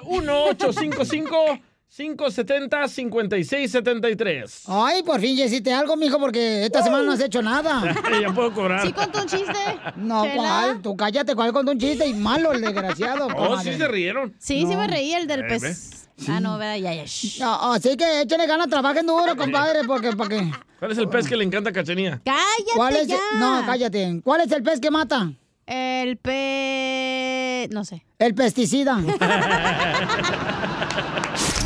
1855-570-5673. Ay, por fin ya hiciste algo, mijo, porque esta semana no has hecho nada. ya puedo cobrar. contó un chiste? No, ¿Chela? cuál, tú cállate, cuál contó un chiste y malo, el desgraciado. Oh, comadre. sí se rieron. Sí, sí me reí el del Eh, pez. ¿ves? Ah, no, ¿verdad? Ya, ya. shh. No, Ah, así que échenle ganas, trabajen duro, compadre, porque para qué. ¿Cuál es el pez que le encanta a Cachenía? Cállate ¿Cuál es? ya. No, cállate. ¿Cuál es el pez que mata? El pez... No sé. El pesticida.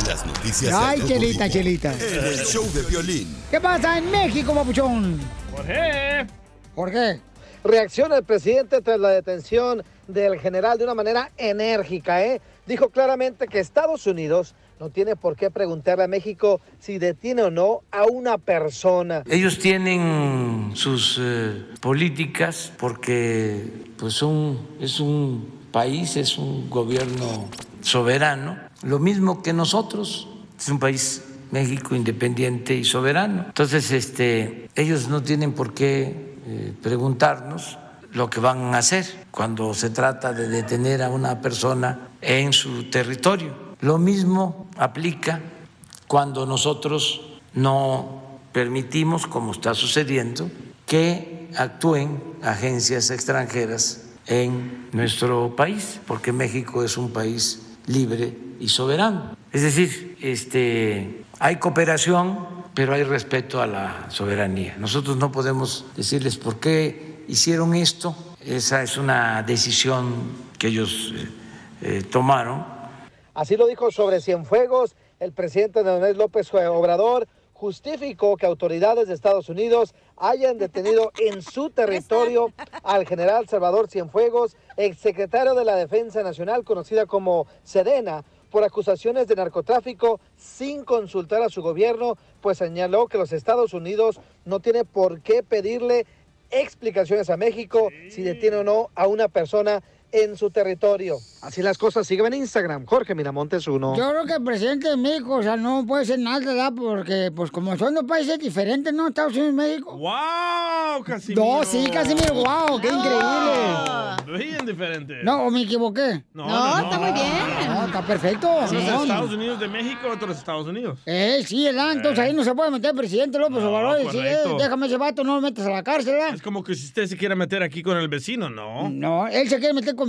Las noticias. de Ay, Acapulco chelita, chelita. En el show de violín. ¿Qué pasa en México, papuchón? Jorge. Jorge. Reacciona el presidente tras la detención del general de una manera enérgica, ¿eh? Dijo claramente que Estados Unidos no tiene por qué preguntarle a México si detiene o no a una persona. Ellos tienen sus eh, políticas porque pues son, es un país, es un gobierno soberano, lo mismo que nosotros. Es un país México independiente y soberano. Entonces, este, ellos no tienen por qué eh, preguntarnos lo que van a hacer cuando se trata de detener a una persona en su territorio. Lo mismo aplica cuando nosotros no permitimos, como está sucediendo, que actúen agencias extranjeras en nuestro país, porque México es un país libre y soberano. Es decir, este, hay cooperación, pero hay respeto a la soberanía. Nosotros no podemos decirles por qué hicieron esto. Esa es una decisión que ellos eh, eh, tomaron Así lo dijo sobre Cienfuegos el presidente Leonel López Obrador. Justificó que autoridades de Estados Unidos hayan detenido en su territorio al general Salvador Cienfuegos, exsecretario de la Defensa Nacional, conocida como Sedena, por acusaciones de narcotráfico sin consultar a su gobierno, pues señaló que los Estados Unidos no tiene por qué pedirle explicaciones a México si detiene o no a una persona en su territorio. Así las cosas. Sígueme en Instagram, Jorge Miramontes 1. Yo creo que el presidente de México, o sea, no puede ser nada, ¿verdad? Porque, pues, como son dos países diferentes, ¿no? Estados Unidos y México. ¡Wow, Casimiro! No, sí, Casimiro, wow, qué increíble. Bien diferente. No, ¿o me equivoqué. No, no, no. está muy bien. No, está perfecto. Unos Sí. de Estados Unidos de México, otros de Estados Unidos. Eh, sí, ¿verdad? Entonces ahí no se puede meter el presidente López Obrador y decir, eh, correcto. déjame ese vato, no lo metas a la cárcel, ¿verdad? Es como que si usted se quiere meter aquí con el vecino, ¿no? No, él se quiere meter conmigo.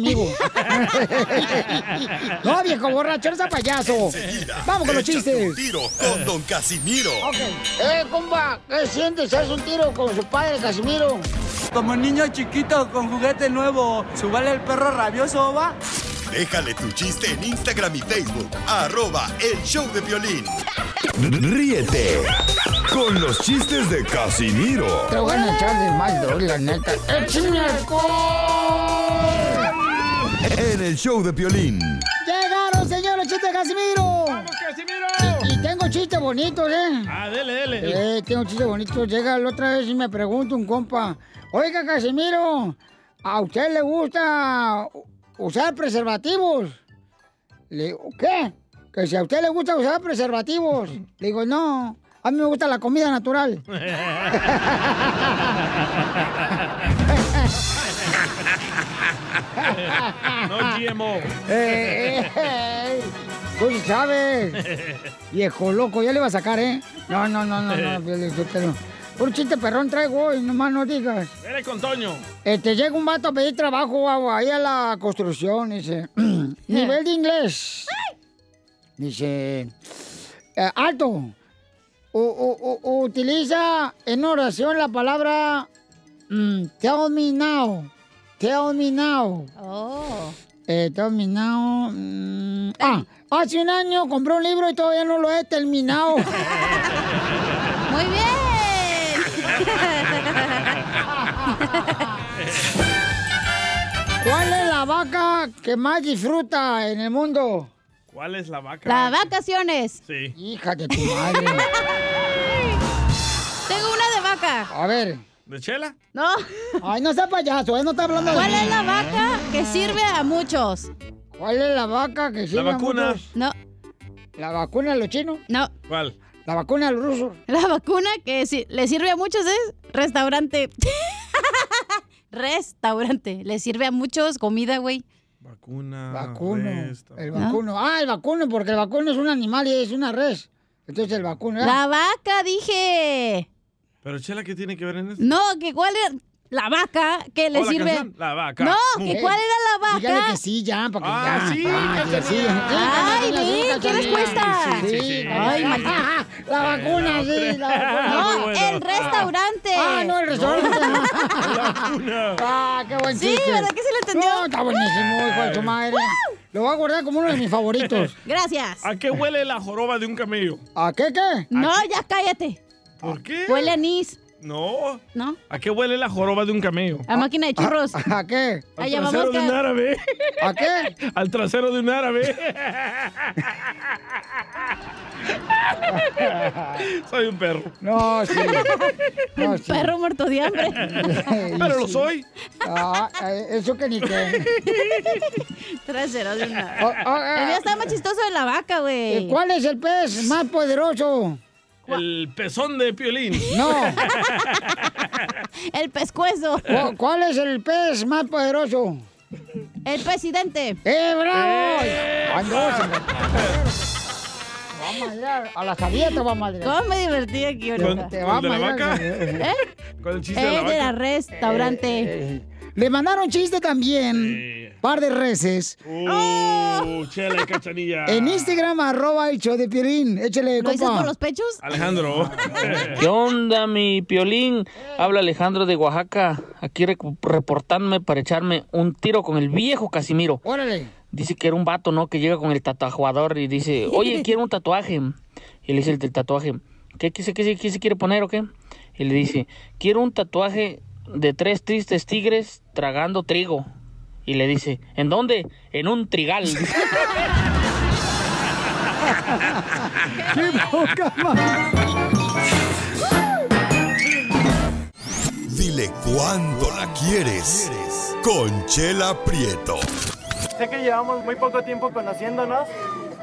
no, viejo borracho, eres a payaso. Vamos con los Échate chistes. Un tiro con Don Casimiro. Ok. Eh, compa, ¿qué sientes? ¿Haz un tiro con su padre, Casimiro? Como niño chiquito con juguete nuevo, subale el perro rabioso, va. Déjale tu chiste en Instagram y Facebook. Arroba el show de violín. Ríete con los chistes de Casimiro. Te voy a echar de mal, bro, la neta. ¡Eh, ¡Échame alcohol! En el show de violín. Llegaron ¡Vamos, señor! ¡El chiste de Casimiro! ¡Vamos, Casimiro! Y, y tengo chistes bonitos, ¿eh? Ah, dele, dele. Eh, tengo chistes bonitos. Llega la otra vez y me pregunta un compa. Oiga, Casimiro, ¿a usted le gusta usar preservativos? Le digo, ¿qué? Que si a usted le gusta usar preservativos. Le digo, no, a mí me gusta la comida natural. No GMO. Eh, eh, eh. Tú sí sabes. Viejo loco, ya le va a sacar, ¿eh? No, no, no, no, no, Piolín, yo te lo- Un chiste perrón traigo hoy, nomás no digas. Dele con Toño. Este, llega un vato a pedir trabajo a- ahí a la construcción, dice. Nivel de inglés. Dice. eh, alto. U- u- u- utiliza en oración la palabra mm, tell me now. Tell me now. Eh, Oh. He terminado. mm, ah, hace un año compré un libro y todavía no lo he terminado. Muy bien. ¿Cuál es la vaca que más disfruta en el mundo? ¿Cuál es la vaca? Las vacaciones. Sí. Hija de tu madre. Tengo una de vaca. A ver. ¿De chela? No. Ay, no sea payaso, ¿eh? No está hablando de ¿Cuál mí. es la vaca que sirve a muchos? ¿Cuál es la vaca que sirve a vacuna. muchos? No. ¿La vacuna de los chinos? No. ¿Cuál? ¿La vacuna de los rusos? La vacuna que si- le sirve a muchos es restaurante. restaurante. Le sirve a muchos comida, güey. Vacuna. Vacuno. resta- El vacuno. Ah, el vacuno, porque el vacuno es un animal y es una res. Entonces el vacuno. ¿eh? La vaca, dije. ¿Pero chela qué tiene que ver en esto? No, que cuál era la vaca que le Oh, la sirve. canción, la vaca. No, Mu. que cuál era la vaca. Dígale que sí, ya, para que Ah, ya. sí, para que sí. Ay, Dígale, ¿qué? dígale, ¿Qué les dígale. cuesta? Sí, Ah, Ay, maldita. Ah, La vacuna, sí, la Ah, vacuna. No, el restaurante. Ah, no, el restaurante. Ah, qué buen Sí, chiste. ¿verdad que sí lo entendió? No, está buenísimo, hijo de su madre. Lo voy a guardar como uno de mis favoritos. Gracias. ¿A qué huele la joroba de un camello? ¿A qué qué? No, ya cállate. ¿Por qué? Huele a anís, No. ¿no? ¿A qué huele la joroba de un camello? A máquina de churros. Ah, ¿A, qué? Al Ah, Allá vamos trasero de un ca- árabe. ¿A qué? Al trasero de un árabe. Soy un perro. No, sí. No, sí. Perro muerto de hambre. Pero lo soy. Ah, eh, eso que ni qué. Trasero de una. Ah, ah, ah. El día está más chistoso de la vaca, güey. Eh, ¿Cuál es el pez más poderoso? El pezón de piolín. No. El pescuezo. ¿Cu- ¿Cuál es el pez más poderoso? El presidente. ¡Eh, bravo! Eh. Ay, no, se me- Vamos a ir a- a la sabieta, vamos a ir. ¿Cómo me divertí aquí Pues- ahorita? ¿Con- Te va con a de la madrear. vaca? ¿Eh? Con el chiste de la El de la vaca. restaurante. Eh, Le mandaron chiste también, par de reces. Uh, chela y cachanilla. En este Instagram, arroba el show de Piolín. Échale, ¿Lo dices compa. por los pechos? Alejandro. ¿Qué onda, mi piolín? Habla Alejandro de Oaxaca, aquí recu- reportándome para echarme un tiro con el viejo Casimiro. Órale. Dice que era un vato, ¿no? Que llega con el tatuajuador y dice, oye, quiero un tatuaje. Y le dice el del tatuaje, ¿qué, qué, se- qué, se- qué se quiere poner o qué? Y le dice, quiero un tatuaje de tres tristes tigres tragando trigo. Y le dice, ¿en dónde? En un trigal. ¡Qué poca Dile cuándo la quieres. Conchela Prieto. Sé que llevamos muy poco tiempo conociéndonos.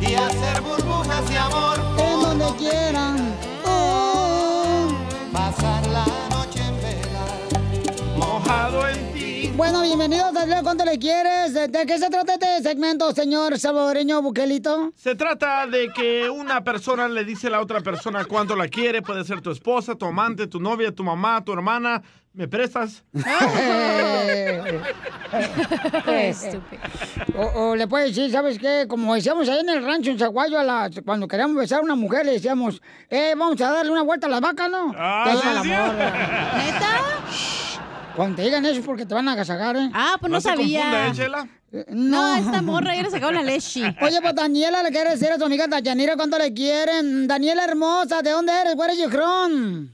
y hacer burbujas de amor en donde quieran. Eh, Pasar la noche en vela, mojado en ti. Bueno, bienvenidos a Dile cuánto le quieres. ¿De, de qué se trata este segmento, señor salvadoreño Buquelito? Se trata de que una persona le dice a la otra persona cuánto la quiere. Puede ser tu esposa, tu amante, tu novia, tu mamá, tu hermana. ¿Me prestas? Oh, Qué estúpido. O, o le puede decir, ¿sabes qué? Como decíamos ahí en el rancho en Zaguayo, a la- cuando queríamos besar a una mujer, le decíamos, eh, vamos a darle una vuelta a las vacas, ¿no? Ah, Te sí, iba la sí. morra. Cuando te digan eso es porque te van a agasajar, ¿eh? Ah, pues no No se sabía. confunda, ¿eh, Chela? No, esta morra ya le sacó la leche. Oye, pues Daniela le quiere decir a tu amiga Dayanira cuánto le quieren. Daniela hermosa, ¿de dónde eres? ¿Where are you from?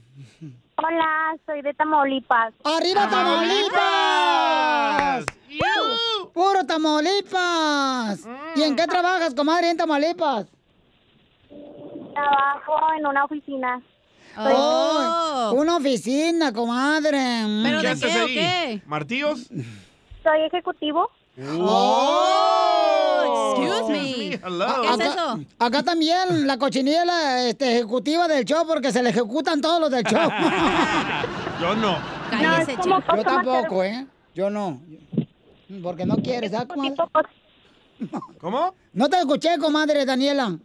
Hola, soy de Tamaulipas. ¡Arriba Ah. Tamaulipas! ¡Puro, puro Tamaulipas! ¿Y Mm. en qué trabajas, comadre, en Tamaulipas? Trabajo en una oficina. Pues, Oh, una oficina, comadre. ¿Qué haces ahí? ¿Martillos? Soy ejecutivo. Oh. ¡Oh! excuse me. Hello. Ah, Acá- Acá también la cochinilla este, ejecutiva del show porque se le ejecutan todos los del show. Yo no. Cállese, No, es como chico. Yo customer tampoco, ¿eh? Yo no. Porque no quieres, ¿sabes, comadre? ¿Cómo? No te escuché, comadre Daniela.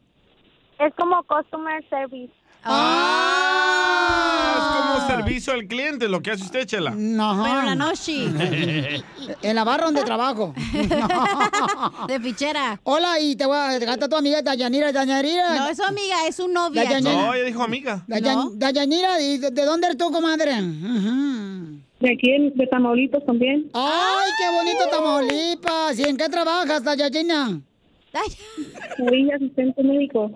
Es como customer service. Ah, Es como servicio al cliente lo que hace usted, Chela. No. Ah. Pero la noche. En la barra donde trabajo. De fichera. Hola, y te voy a dejar a tu amiga Dayanira. Dayanira. No, es su amiga, es su novia. No, ella dijo amiga. Dayan- Dayanira, ¿y de, de dónde eres tú, comadre? De aquí, de Tamaulipas también. ¡Ay, qué bonito Tamaulipas! ¿Y en qué trabajas, Dayanina? Soy asistente médico.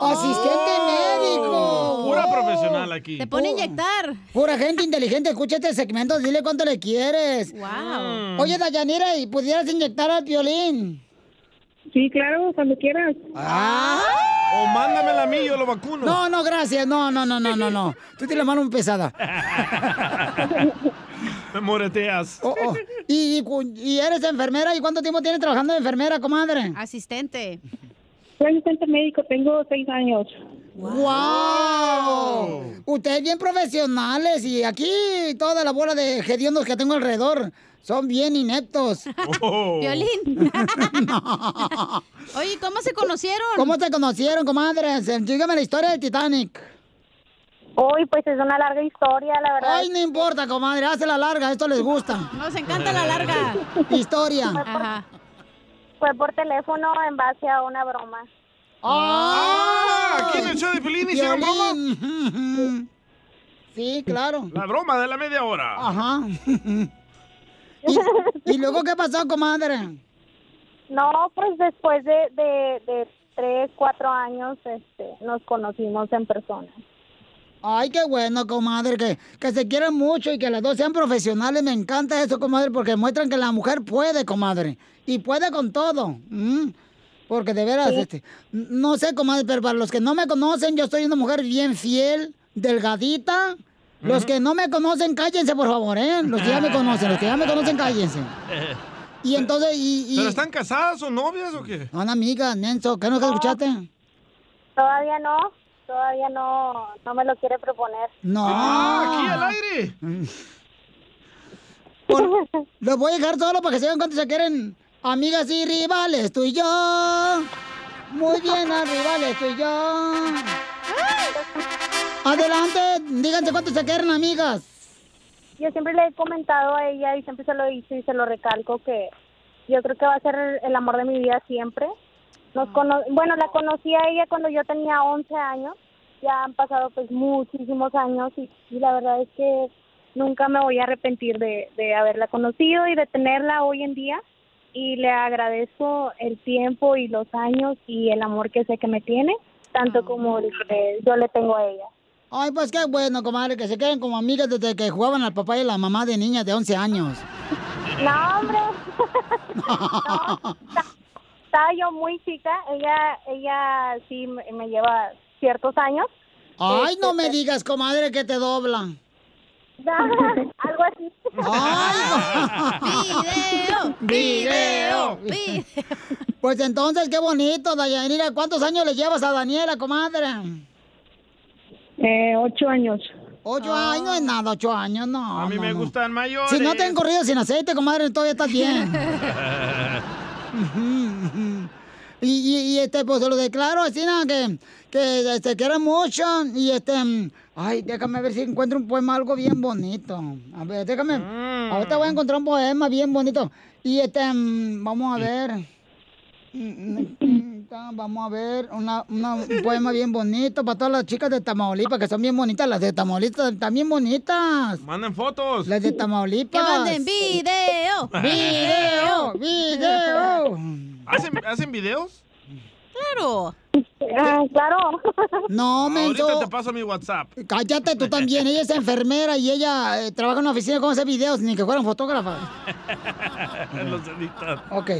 ¡Asistente Oh. Oh. médico! Pura ¡Wow! profesional aquí. Oh. Pu- Pura gente inteligente, escucha este segmento, dile cuánto le quieres. Wow. Oye, Dayanira, ¿y pudieras inyectar al violín? Sí, claro, cuando quieras. O mándamela a mí, yo lo vacuno. Ah. No, no, gracias. No, no, no, no, no, no. Tú tienes la mano muy pesada. Me moreteas. Oh, oh. ¿Y, y cu- y eres enfermera? ¿Y cuánto tiempo tienes trabajando de enfermera, comadre? Asistente. Soy asistente médico, tengo seis años. ¡Wow! Ustedes bien profesionales y aquí toda la bola de hediondos que tengo alrededor son bien ineptos. Oh. Violín. Oye, ¿cómo se conocieron? ¿Cómo se conocieron, comadres? Dígame la historia del Titanic. Uy, pues es una larga historia, la verdad. Ay, no importa, comadre, hace la larga, esto les gusta. Nos encanta la larga. Historia. Ajá. Fue por teléfono en base a una broma. Oh. ¡Ah! ¿Quién echó de Pelín hicieron broma? Sí, claro. La broma de la media hora. Ajá. ¿Y, y luego qué pasó, comadre? No, pues después de, de, de tres, cuatro años este, nos conocimos en persona. Ay, qué bueno, comadre, que, que se quieren mucho y que las dos sean profesionales. Me encanta eso, comadre, porque muestran que la mujer puede, comadre. Y puede con todo. Mm. Porque de veras, Sí. este, n- no sé, comadre, pero para los que no me conocen, yo soy una mujer bien fiel, delgadita. Los que no me conocen, cállense, por favor, ¿eh? Los que ya me conocen, los que ya me conocen, cállense. Y entonces, y... y- ¿Pero están casadas o novias o qué? Son amigas, Nenso, ¿qué nunca escuchaste? Todavía no, todavía no, no me lo quiere proponer. No. Mm. aire! Por- los voy a dejar solo para que se vean cuántos se quieren. Amigas y rivales, tú y yo. Muy bien, ah, rivales, tú y yo. Adelante, díganse cuántos se quieren, amigas. Yo siempre le he comentado a ella y siempre se lo hice y se lo recalco que yo creo que va a ser el amor de mi vida siempre. Nos cono bueno, la conocí a ella cuando yo tenía 11 años. Ya han pasado pues muchísimos años y, y la verdad es que nunca me voy a arrepentir de, de haberla conocido y de tenerla hoy en día. Y le agradezco el tiempo y los años y el amor que sé que me tiene, tanto como el que yo le tengo a ella. Ay, pues qué bueno, comadre, que se queden como amigas desde que jugaban al papá y la mamá de niñas de 11 años. No, hombre. No, está- estaba yo muy chica. Ella, ella sí me me lleva ciertos años. Ay, no Este, me digas, comadre, que te dobla. Algo así. ¡Video! video, Pues entonces, qué bonito, Dayanira. ¿Cuántos años le llevas a Daniela, comadre? Eh, ocho años. Ocho años no es nada, ocho años no. A mí no, me no. gustan mayores. Si no te han corrido sin aceite, comadre, todavía estás bien. y, y, y, este, pues se lo declaro así, nada, que, que este, quiero mucho. Y este, mm, ay, déjame ver si encuentro un poema, algo bien bonito. A ver, déjame. Ahorita voy a encontrar un poema bien bonito. Y este, mm, vamos a ver. Mm, mm, mm, Ahorita vamos a ver una- una- un poema bien bonito para todas las chicas de Tamaulipas, que son bien bonitas. Las de Tamaulipas están bien bonitas. Manden fotos. Las de Tamaulipas. Uh, Que manden video. Video, video. ¿Hacen, hacen videos? Claro. Ah, claro. No, Ahorita menso. te paso mi WhatsApp. Cállate tú también. Ella es enfermera y ella eh, trabaja en una oficina. ¿Cómo hacer videos? Ni que fueran fotógrafas. Los editas. Ok.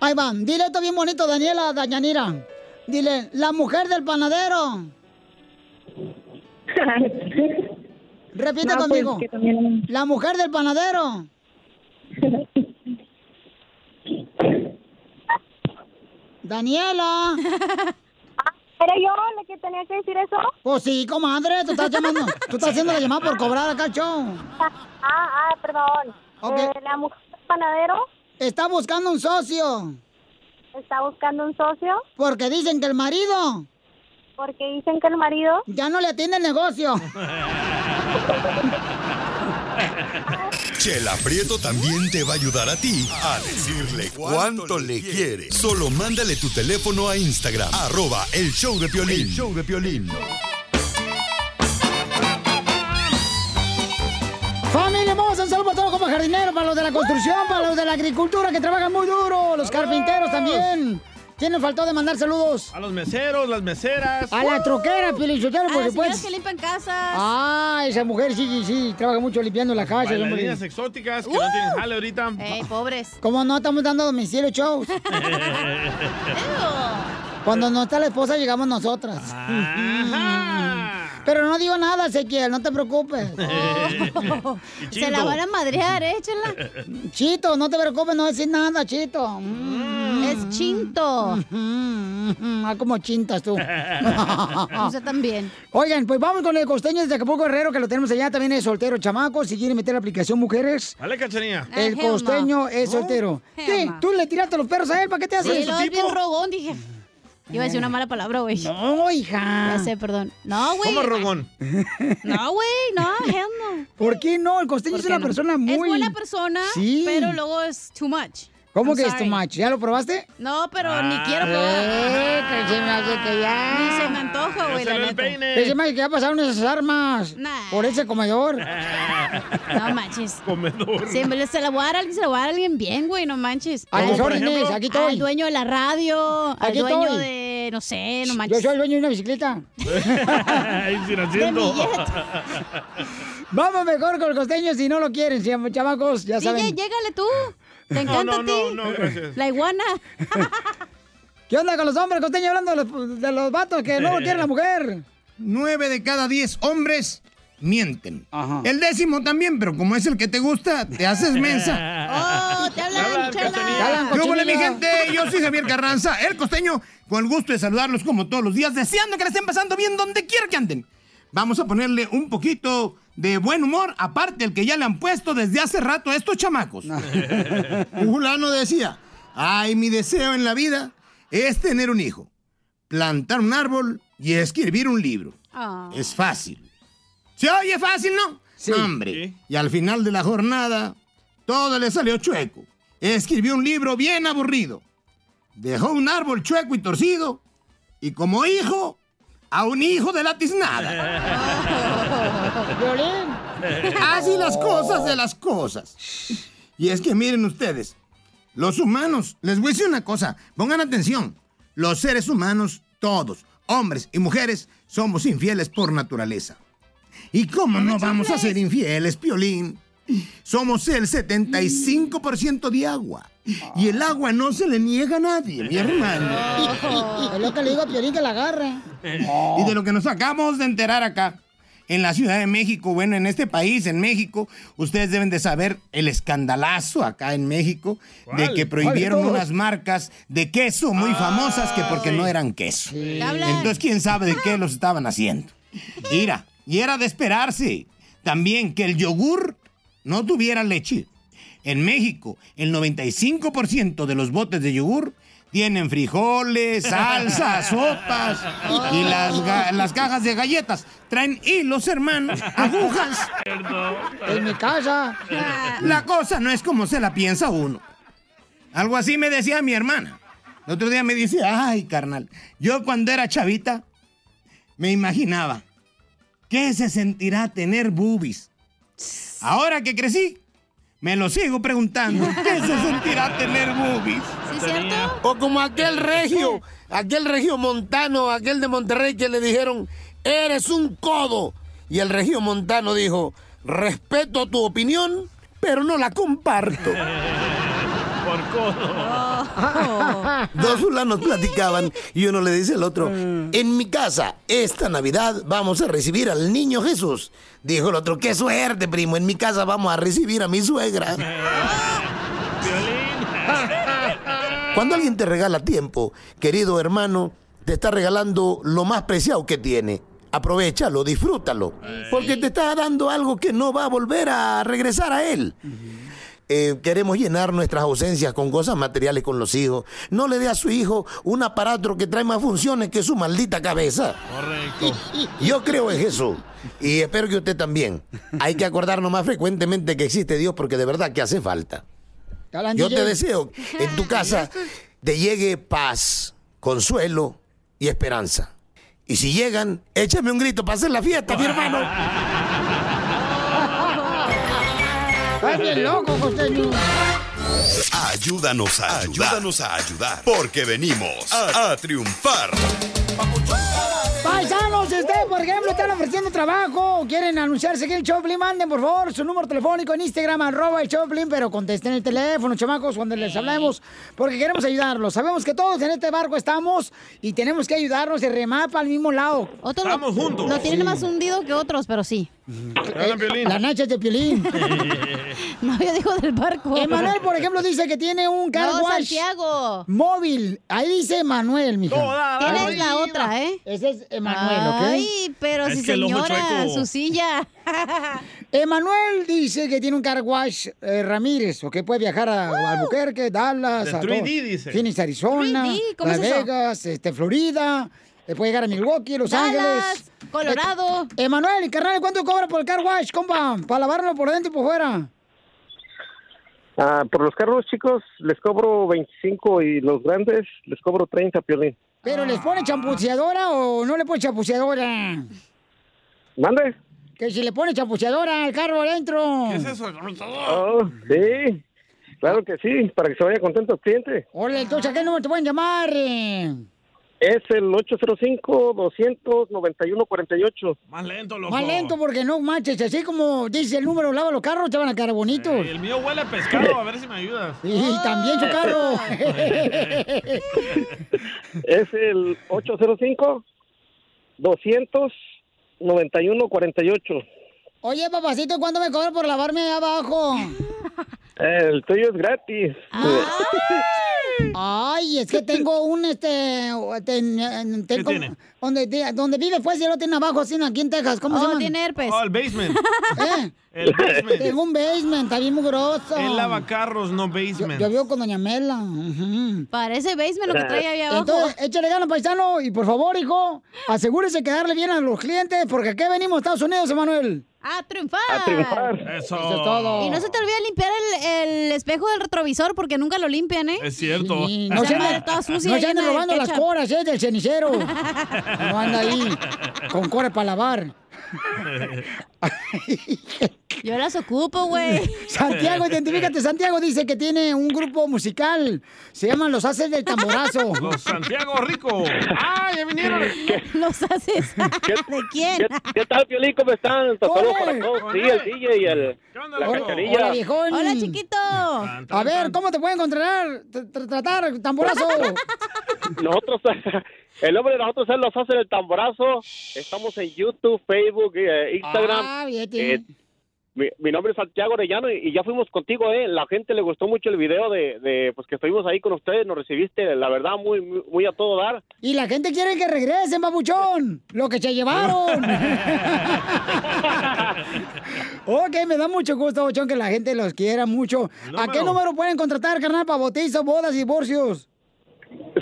Ahí va. Dile esto bien bonito, Daniela, Dayanira. Dile, la mujer del panadero. Repite No, pues, conmigo. que también- La mujer del panadero. Daniela. Ah, ¿Era yo la que tenía que decir eso? Pues sí, comadre, tú estás llamando. Tú estás haciendo la llamada por cobrar acá, show. Ah, ah, perdón. Eh, la mujer del panadero Está buscando un socio. está buscando un socio Porque dicen que el marido. porque dicen que el marido Ya no le atiende el negocio. Chela Prieto también te va a ayudar a ti a decirle cuánto le quiere. Solo mándale tu teléfono a Instagram, arroba el show de Piolín. show de Piolín. Familia hermosa, un saludo para todos como jardineros, para los de la construcción, para los de la agricultura que trabajan muy duro, los carpinteros también. ¿Quién nos faltó de mandar saludos? A los meseros, las Ah, meseras. A la troquera, Pilichotero, A las porque señoras pues. Ah, que limpian casas. Ah, esa mujer sí, sí, sí, trabaja mucho limpiando la casa. hombre. Bailarinas exóticas que ¡Uh! no tienen jale ahorita. Eh. Ey, pobres. ¿Cómo no estamos dando domicilio shows? Cuando no está la esposa, llegamos nosotras. Ah. Ah. Pero no digo nada, Ezequiel, no te preocupes. Y Se la Chito. van a madrear, ¿eh? Chela. Chito, no te preocupes, no decir nada, Chito. Mm. Es chinto. Ah, como chintas tú. Usted también. Oigan, pues vamos con el costeño desde Acapulco Herrero, que lo tenemos allá, también es soltero, chamaco. Si quieren meter la aplicación mujeres, Dale, cachanilla. Ah, el costeño Oh, es soltero. ¿Qué? ¿Tú le tiraste los perros a él? ¿Para qué te haces? Sí, lo es bien rogón, dije. Iba a decir una mala palabra, güey. No, hija. Ya sé, perdón. No, güey. ¿Cómo Ah. rogón? No, güey, no, hell no. ¿Por qué no? El costeño es ¿Por qué una no? persona muy... Es buena persona, Sí. pero luego es too much. ¿Cómo I'm que es sorry. tu macho? ¿Ya lo probaste? No, pero ni Ah. quiero Eh, que se me hace que ya. Ni se me antoja, güey, la neta. Ese macho que ya pasaron esas armas Nah. por ese comedor. No manches. Comedor. Siempre se la voy a dar a alguien, se la voy a dar a alguien bien, güey, no manches. A tus órdenes, aquí estoy. Al dueño de la radio, al Aquí dueño estoy. de, no sé, no Yo manches. soy el dueño de una bicicleta. Ahí sin asiento. Vamos mejor con el costeño si no lo quieren, si, chamacos, ya DJ, saben. llégale tú. Te No, encanta no, a no, ti. no, gracias. La iguana. ¿Qué onda con los hombres, costeño, hablando de los, de los vatos que no lo Eh. quieren la mujer? Nueve de cada diez hombres mienten. El décimo también, pero como es el que te gusta, te haces Oh, mensa. ¡Oh, te hablan, ¿Qué chala! hubo, mi gente? Yo soy Javier Carranza, el costeño, con el gusto de saludarlos como todos los días, deseando que la estén pasando bien donde quiera que anden. Vamos a ponerle un poquito de buen humor, aparte del que ya le han puesto desde hace rato a estos chamacos. Un fulano decía, ay, mi deseo en la vida es tener un hijo, plantar un árbol y escribir un libro. Ah. Es fácil. ¿Se oye fácil, no? Hombre. Y al final de la jornada, todo le salió chueco. Escribió un libro bien aburrido. Dejó un árbol chueco y torcido. Y como hijo, a un hijo de la Oh. tiznada. Así las cosas de las cosas. Y es que miren ustedes, los humanos, les voy a decir una cosa, pongan atención, los seres humanos, todos, hombres y mujeres, somos infieles por naturaleza. ¿Y cómo no vamos a ser infieles, Piolín? Somos el 75% de agua. Ah. Y el agua no se le niega a nadie, mi hermano. Ah. Es lo que le digo a Piolín que la agarre. Y de lo que nos acabamos de enterar acá, en la Ciudad de México, bueno, en este país, en México, ustedes deben de saber el escandalazo acá en México de ¿Cuál? que ¿Cuál prohibieron de todos? Ah, unas marcas de queso muy famosas que porque no eran queso. hablan? Entonces, quién sabe de qué los estaban haciendo. Mira, y era de esperarse también que el yogur no tuviera leche. En México, el 95% de los botes de yogur tienen frijoles, salsas, sopas y las, ga- las cajas de galletas. Traen hilos, hermano, agujas. En mi casa. La cosa no es como se la piensa uno. Algo así me decía mi hermana. El otro día me dice, ay, carnal, yo cuando era chavita me imaginaba qué se sentirá tener boobies. Ahora que crecí, me lo sigo preguntando, ¿qué se sentirá tener boobies? ¿Sí, cierto? O como aquel regio, aquel regio montano, aquel de Monterrey que le dijeron, eres un codo. Y el regio montano dijo, respeto tu opinión, pero no la comparto. Por Oh. Dos fulanos platicaban y uno le dice al otro, en mi casa, esta Navidad vamos a recibir al niño Jesús. Dijo el otro, qué suerte, primo, en mi casa vamos a recibir a mi suegra. Cuando alguien te regala tiempo, querido hermano, te está regalando lo más preciado que tiene. Aprovechalo, disfrútalo, porque te está dando algo que no va a volver a regresar a él. Eh, queremos llenar nuestras ausencias con cosas materiales con los hijos. No le dé a su hijo un aparato que trae más funciones que su maldita cabeza. Correcto. Yo creo en Jesús y espero que usted también. Hay que acordarnos más frecuentemente que existe Dios porque de verdad que hace falta. Yo te deseo que en tu casa te llegue paz, consuelo y esperanza. Y si llegan, échame un grito para hacer la fiesta, mi hermano. Estás bien loco, costeño. Ayúdanos a ayudar. Ayúdanos a ayudar. Porque venimos a, a triunfar. Paisanos, si ustedes, por ejemplo, están ofreciendo trabajo o quieren anunciarse aquí en el Choplin, manden por favor su número telefónico en Instagram, arroba el Choplin, pero contesten el teléfono, chamacos, cuando les hablemos, porque queremos ayudarlos. Sabemos que todos en este barco estamos y tenemos que ayudarnos de remar para el mismo lado. Otros lo- Estamos juntos. lo tienen más hundido que otros, pero sí. Las nachas de Piolín. No, yo digo del barco. Emanuel, por ejemplo, dice que tiene un car No, wash Santiago. Móvil. Ahí dice Emanuel, mija. Toda la Tienes la vida. otra, ¿eh? Ese es Emanuel, ¿ok? Ay, pero Ah, Es sí, que el ojo señora, chueco. su silla. Emanuel dice que tiene un car wash eh, Ramírez, o que puede viajar a Uh. a Albuquerque, Dallas, De a 3D todo. dice. Phoenix, Arizona, 3D, ¿cómo Las es eso? Vegas, este, Florida, eh, puede llegar a Milwaukee, Los Dallas, Ángeles. Colorado. Eh, Emanuel, carnal, ¿cuánto cobra por el car wash, compa? Para lavarlo por dentro y por fuera. Ah, por los carros chicos les cobro 25 y los grandes les cobro 30, Piolín. ¿Pero les pone champuceadora o no le pone champuceadora? ¿Mande? Que si le pone champuceadora al carro adentro. ¿Qué es eso? Oh, sí. Claro que sí, para que se vaya contento el cliente. Ole, entonces, ¿a qué número te pueden llamar? eh? Es el 805-291-48. Más lento, loco. Más lento porque no manches, así como dice el número, lava los carros, te van a quedar bonitos. El mío huele a pescado, a ver si me ayudas. Y también su carro. Es el 805-291-48. Oye, papacito, ¿cuánto me cobra por lavarme allá abajo? El tuyo es gratis. Ay, es que tengo un, este, ten- en- tengo- tiene? Donde, de- donde vive, pues, ya lo tienen abajo, así, aquí en Texas, ¿cómo se llama? tiene herpes. Oh, el basement. ¿Eh? El basement. Tengo un basement, está bien mugroso. Él lava carros, no basement. Yo vivo con Doña Mela. ujú. Parece basement lo que trae ahí abajo. Entonces, échale ganas, paisano. Y por favor, hijo, asegúrese de darle bien a los clientes, porque aquí venimos, a Estados Unidos, Emanuel. ¡A triunfar! Eso. Eso es todo. Y no se te olvide limpiar el, el espejo del retrovisor porque nunca lo limpian, ¿eh? Es cierto. Sí, No se madre anden, toda sucia, no se llena anden de robando las ketchup. coras, eh, del cenicero. No anda ahí con coras para lavar. Yo las ocupo, güey. Santiago, identifícate. Santiago dice que tiene un grupo musical. Se llaman Los Haces del Tamborazo. Los Santiago Rico. ¡Ah, ya vinieron! Los haces. ¿De quién? ¿Qué, qué tal, Piolín? ¿Cómo están? Saludos para todos. Sí, el DJ y el, la Hola, cachanilla. viejón. Hola, chiquito. A ver, ¿cómo te pueden controlar? tr- tr- Tratar, tamborazo. Nosotros, el nombre de nosotros es Los Haces del Tamborazo. Estamos en YouTube, Facebook, eh, Instagram. Ah, Eh, bien. mi, mi nombre es Santiago Orellano y, y ya fuimos contigo, ¿eh? La gente le gustó mucho el video de, de, pues que estuvimos ahí con ustedes. Nos recibiste, la verdad, muy, muy, muy a todo dar. Y la gente quiere que regresen, babuchón. Lo que se llevaron. ok, me da mucho gusto, babuchón, que la gente los quiera mucho. ¿A qué número pueden contratar, carnal, para bautizos, bodas y divorcios?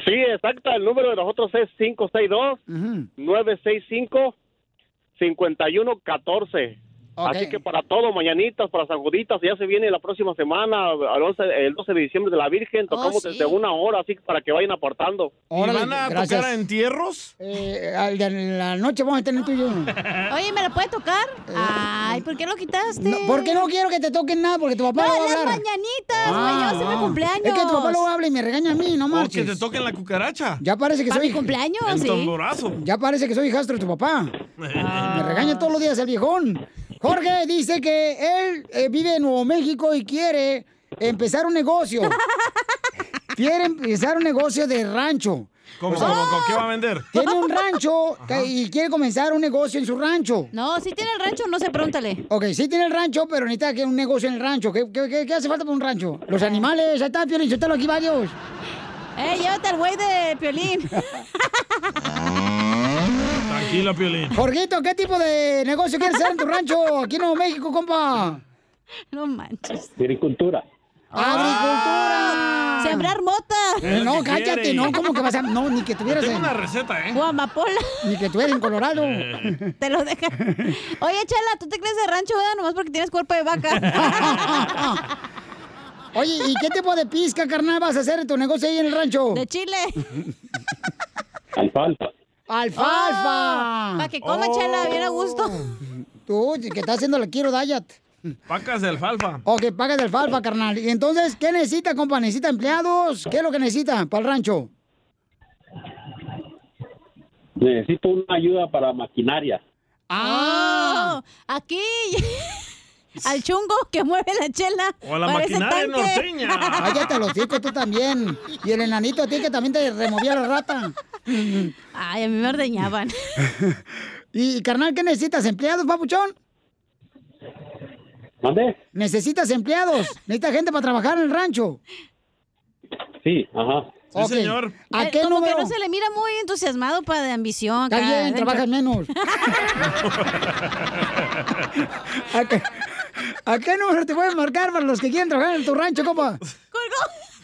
Sí, exacta. El número de nosotros es 562 965 5114. Así que para todo, mañanitas, para San Juditas, ya se viene la próxima semana, al 11 el 12 de diciembre de la Virgen, tocamos Oh, sí. desde una hora, así que para que vayan aportando. Órale, gracias. entierros? Eh, al de la noche vamos a tener tuyo. Oye, ¿me la puede tocar? Ay, ¿por qué lo quitaste? Eh. No, porque no quiero que te toquen nada, porque tu papá No, lo va a las hablar. Ah. mañanitas, güey, yo siempre cumpleaños. Es que tu papá lo habla y me regaña a mí, O no Oh, que marches. te toquen la cucaracha. Ya parece que soy... El tamborazo. Ya parece que soy hijastro de tu papá. Me regaña todos los días el viejón. Jorge dice que él eh, vive en Nuevo México y quiere empezar un negocio. quiere empezar un negocio de rancho. ¿Cómo, O sea, cómo, cómo? ¿Qué va a vender? Tiene un rancho que- y quiere comenzar un negocio en su rancho. No, si tiene el rancho, no sé, pregúntale. Ok, sí tiene el rancho, pero necesita que un negocio en el rancho. ¿Qué, qué- qué- qué hace falta para un rancho? Los animales, ya está, Piolín, suéltalo aquí varios. Eh, llévate al güey de Piolín. Tranquila, Piolín. Jorgito, ¿qué tipo de negocio quieres hacer en tu rancho aquí en Nuevo México, compa? No manches. Agricultura. ¡Agricultura! Sembrar mota. Eh, no, cállate, no, ¿cómo que vas a...? No, ni que tuvieras... tengo en- una receta, ¿eh? O amapola. Ni que tuvieras en Colorado. Te lo deja. Oye, Chela, ¿tú te crees de rancho, verdad? Nomás porque tienes cuerpo de vaca. Oye, ¿y qué tipo de pizca, carnal, vas a hacer en tu negocio ahí en el rancho? De Chile. Alfalfa. ¡Alfalfa! Oh. Para Oh, que coma, Chela, bien a gusto. Tú, que está haciendo la quiero diet. Pacas de alfalfa. O que pagas de alfalfa, carnal. Y entonces, ¿qué necesita, compa? ¿Necesita empleados? ¿Qué es lo que necesita para el rancho? Necesito una ayuda para maquinaria. ¡Ah! aquí. Al chungo que mueve la chela. Parece tanque. Cállate los hijos, tú también. Y el enanito a ti que también te removía la rata. Ay, a mí me ordeñaban. Y, carnal, ¿qué necesitas? ¿Empleados, papuchón? ¿Mande? ¿Necesitas empleados? ¿Necesitas gente para trabajar en el rancho? Sí, ajá. Ok. ¿A Eh, qué como número? que no se le mira muy entusiasmado para de ambición. Está acá, bien, dentro. trabajas menos. ¿A qué, a qué número te puedes marcar para los que quieren trabajar en tu rancho, compa?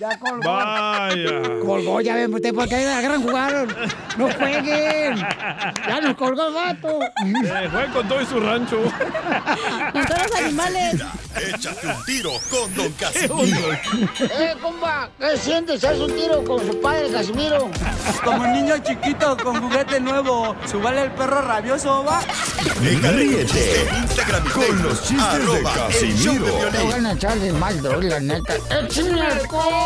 Ya colgó. Vaya. Colgó, ya ven, usted por qué agarran jugar. No jueguen. Ya nos colgó el vato. Eh, juega con todo y su rancho. Con todos los animales. Échate un tiro con Don Casimiro. Eh, compa, ¿qué sientes? ¿Haz un tiro con su padre, Casimiro? Como un niño chiquito con juguete nuevo, subale el perro rabioso, va. Ríete con los chistes Arroba, de Casimiro. Te van a echar de más, bro, la neta. ¡Eh, ¡Échame alcohol!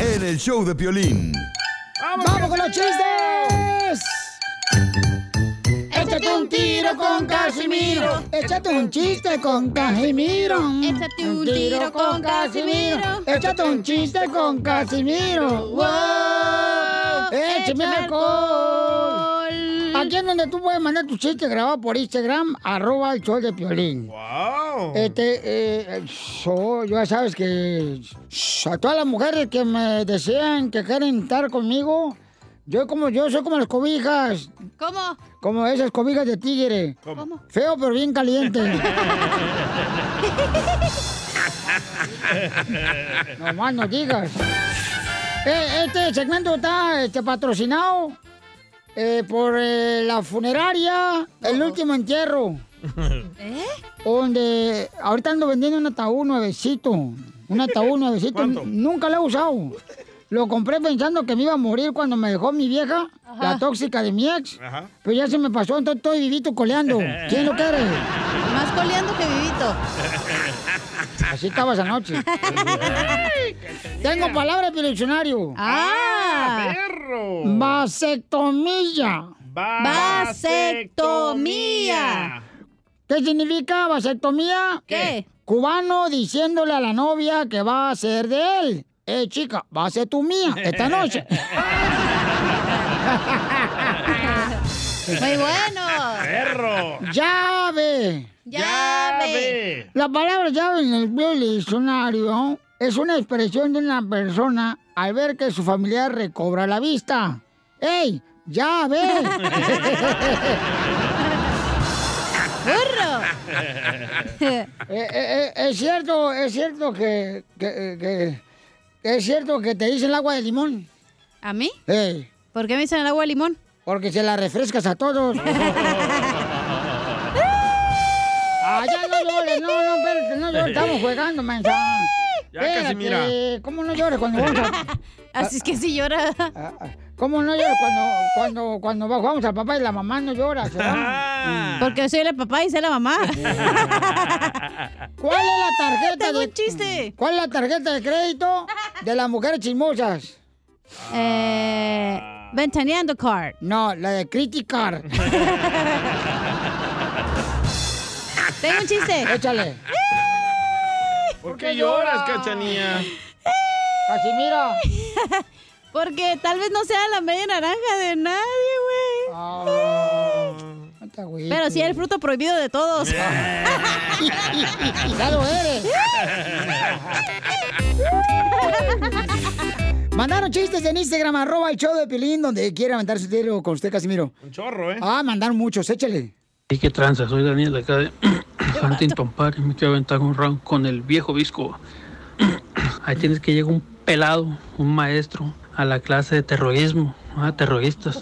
En el show de Piolín. ¡Vamos con los chistes! Échate un tiro con Casimiro. Échate un chiste con Casimiro. Échate un tiro con Casimiro. Échate un chiste con Casimiro. ¡Wow! ¡Échame alcohol! Mm. Aquí es donde tú puedes mandar tu chiste grabado por Instagram, arroba el show de Piolín. ¡Wow! Este, eh, yo, ya sabes que sh- a todas las mujeres que me desean que quieren estar conmigo, yo como yo soy como las cobijas, ¿Cómo? como esas cobijas de tigre. ¿Cómo? Feo pero bien caliente. no más no digas. Eh, este segmento está este, patrocinado eh, por eh, la funeraria El Último Entierro. ¿Eh? Donde ahorita ando vendiendo un ataúd nuevecito. Un ataúd nuevecito. Nunca lo he usado. Lo compré pensando que me iba a morir cuando me dejó mi vieja, la tóxica de mi ex. Ajá. Pero ya se me pasó, entonces estoy vivito coleando. ¿Quién lo quiere? Más coleando que vivito. Así estabas anoche. Tengo palabra de diccionario. ¡Ah! perro! Vasectomía. Vasectomía. ¿Qué significa vasectomía? ¿Qué? Cubano diciéndole a la novia que va a ser de él. Eh, chica, va a ser tu mía esta noche. Muy bueno. Perro. Llave. Llave. La palabra llave en el Bio diccionario es una expresión de una persona al ver que su familiar recobra la vista. ¡Ey! ¡Llave! Eh, eh, eh, es cierto, es cierto que, que- que- es cierto que te dicen el agua de limón. ¿A mí? Ey. ¿Por qué me dicen el agua de limón? Porque se la refrescas a todos. llores, Ah, no, no, espérate, no llores, estamos jugando, mensa. Ya, Casimira. ¿cómo no llores cuando vamos a... Ah, Así es que sí llora. ¿Cómo no lloras cuando, cuando, cuando jugamos al papá y la mamá no llora? se va? Mm. Porque soy la papá y soy la mamá. ¿Cuál es la tarjeta de chiste? ¿Cuál es la tarjeta de crédito de las mujeres chismosas? Eh, Ventaneando card. No, la de criticar. Tengo un chiste. Échale. ¿Por qué lloras, Cachanía? Casimiro. Porque tal vez no sea la media naranja de nadie, güey. Pero sí el fruto prohibido de todos. Ya lo eres. Mandaron chistes en Instagram, arroba el show de Pilín, donde quiera aventar su tiro con usted, Casimiro. Un chorro, ¿eh? Ah, mandaron muchos, échale. Y qué tranza, soy Daniel de acá de Huntington Park. Me quiero aventar un round con el viejo Visco. Ahí tienes que llega un pelado, un maestro, a la clase de terrorismo, ah, terroristas.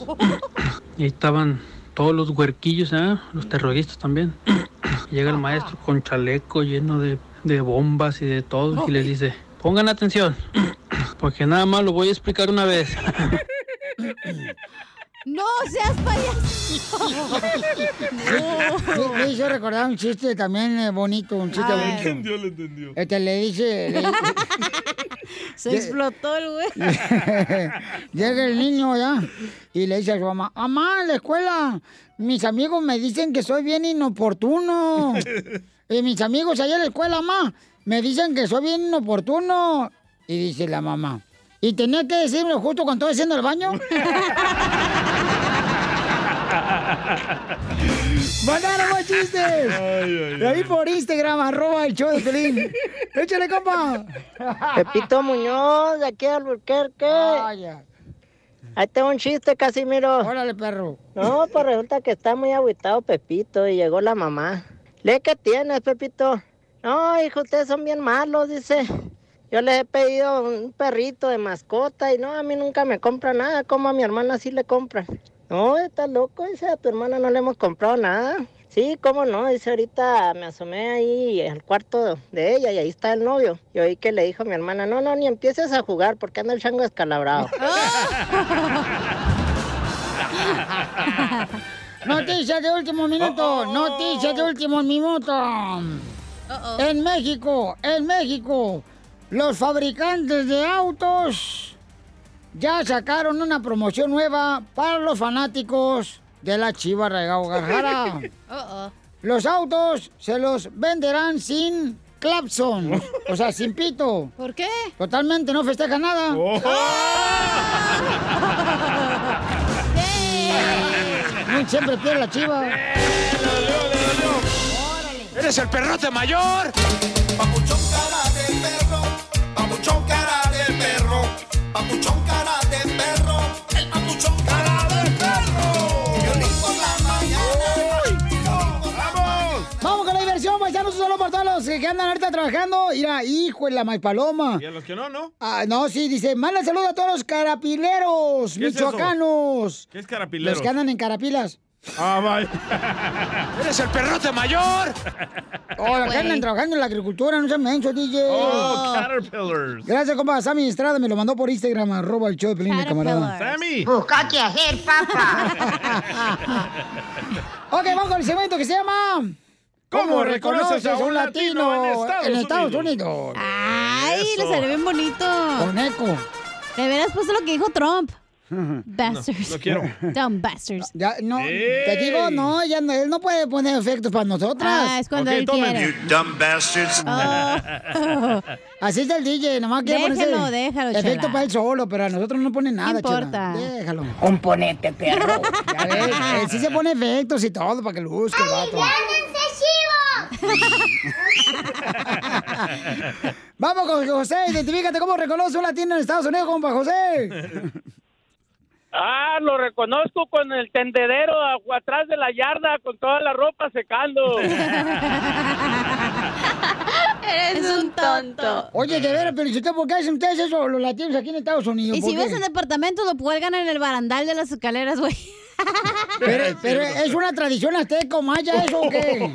Y ahí estaban todos los huerquillos, ah, los terroristas también. Llega el maestro con chaleco lleno de, de bombas y de todo y les dice, pongan atención, porque nada más lo voy a explicar una vez. No seas payaso. Sí, sí, yo recordaba un chiste también eh, bonito, un chiste A ver. bonito. Dios le entendió. Este le dice, le- Se explotó el güey. Llega el niño ya y le dice a su mamá, mamá, en la escuela, mis amigos me dicen que soy bien inoportuno. Y mis amigos allá en la escuela, mamá, me dicen que soy bien inoportuno. Y dice la mamá, ¿y tenía que decirlo justo cuando estaba haciendo el baño? ¡Mandaron más chistes! De ahí por Instagram, arroba el show de Pelín. ¡Échale, compa! Pepito Muñoz, de aquí a Alburquerque. Ah, Ahí tengo un chiste, Casimiro. Órale, perro. No, pues resulta que está muy agüitado Pepito y llegó la mamá. ¿Le qué tienes, Pepito? No, hijo, ustedes son bien malos, dice. Yo les he pedido un perrito de mascota y no, a mí nunca me compra nada, como a mi hermana sí le compran. No, está loco, dice, a tu hermana no le hemos comprado nada. Sí, cómo no, dice, ahorita me asomé ahí al cuarto de ella y ahí está el novio. Y oí que le dijo a mi hermana, no, no, ni empieces a jugar porque anda el chango descalabrado. Noticias de último minuto, noticias de último minuto. En México, en México, los fabricantes de autos ya sacaron una promoción nueva para los fanáticos de la Chiva Regao Guadalajara. Uh-oh. Los autos se los venderán sin clapson, o sea, sin pito. ¿Por qué? Totalmente no festeja nada. Oh. ¡Eh! Muy siempre pierde la chiva. Eh, ¡Eres el perrote mayor! Papuchón cara de perro, papuchón cara de perro, papuchón cara de perro, el papuchón cara de perro. Violín por la mañana, ¡Vamos! Vamos con la diversión, paisanos, solo por todos los que andan ahorita trabajando. Mira, hijo de la maipaloma. Y a los que no, ¿no? Ah, no, sí, dice, manda saludo a todos los carapileros ¿Qué es eso? michoacanos. ¿Qué es carapileros? Los que andan en carapilas. Ah, vaya. ¡Eres el perrote mayor! O Pues los que andan trabajando en la agricultura, no sean mensos, DJ. Oh, caterpillars. Gracias, compa. Sammy Estrada me lo mandó por Instagram, arroba el show de Pelín, mi camarada. Sammy. Busca qué hacer, papá. ok, vamos con el segmento que se llama... ¿Cómo reconoces a un latino en Estados Unidos? Ay, le salió bien bonito. Con eco. De veras puesto lo que dijo Trump. No, Bastards. no quiero. Dumb bastards. Ya, no, Te digo, no, ya no, él no puede poner efectos para nosotras. Ah, es cuando Ok, él tomen. quiere. dumb bastards. Oh. Así es el DJ, nomás quiere Déjalo, ponerse déjalo, Efecto Chela. para él solo, pero a nosotros no pone nada, Chela. importa. Déjalo. Componente, perro. Ya ves, él sí se pone efectos y todo para que luzca el vato. Vamos con José, identifícate cómo reconoce un latino en Estados Unidos, compa José. Ah, lo reconozco con el tendedero a- atrás de la yarda con toda la ropa secando. Eres un tonto. Oye, de veras, pero ¿por qué hacen ustedes eso, los latinos aquí en Estados Unidos? Y ¿Por si qué? ves el departamento, lo cuelgan en el barandal de las escaleras, güey. Pero, pero es una tradición azteca o maya eso o qué?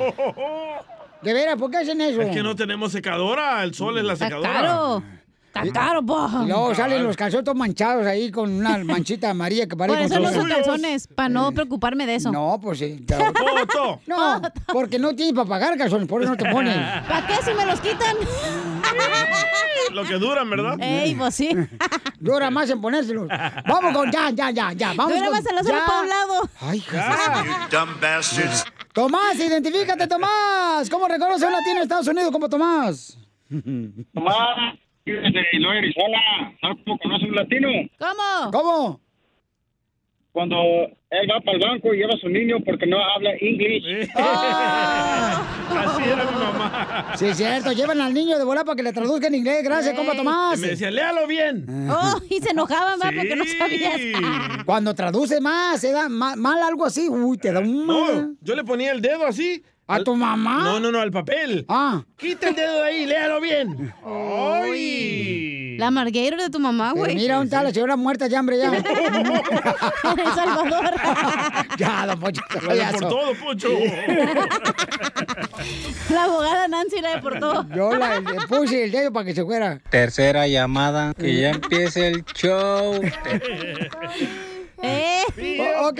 De veras, ¿por qué hacen eso? Es que no tenemos secadora, el sol es la secadora. Está caro, po. Y luego salen los calzotos manchados ahí con una manchita amarilla que Por parece... eso no uso calzones, para no preocuparme de eso. No, pues sí. No, porque no tienes para pagar calzones, por eso no te pones. ¿Para qué si me los quitan? Lo que duran, ¿verdad? Ey, pues sí. Dura más en ponérselos. Vamos con ya, ya, ya, ya. Vamos Dura con, más en los ojos ya. pa' un lado. Ay, Tomás, identifícate, Tomás. ¿Cómo reconoce a un latino en Estados Unidos como Tomás? Tomás, desde Loa, Arizona. ¿Sabes cómo conoce un latino? ¿Cómo? ¿Cómo? Cuando él va para el banco y lleva a su niño porque no habla inglés. Ah, Así era mi mamá. Sí, es cierto. Llevan al niño de volar para que le traduzca en inglés. Gracias, Ey. compa Tomás. Ah. Y me decía, léalo bien. Oh, y se enojaban, ¿verdad? Porque no sabías. Cuando traduce más, se da ma- mal algo así. Uy, te da un mal. No, yo le ponía el dedo así. ¿A tu mamá? No, no, no, al papel. Ah. Quita el dedo de ahí, léalo bien. La marguero de tu mamá, Pero güey. mira, ¿dónde está la señora muerta ya, hombre, ya? El Salvador. ya, don Poncho. La deportó, don Poncho. La abogada Nancy la deportó. Yo la- le puse el dedo para que se fuera. Tercera llamada, que Eh. ya empiece el show. Eh. O- ok,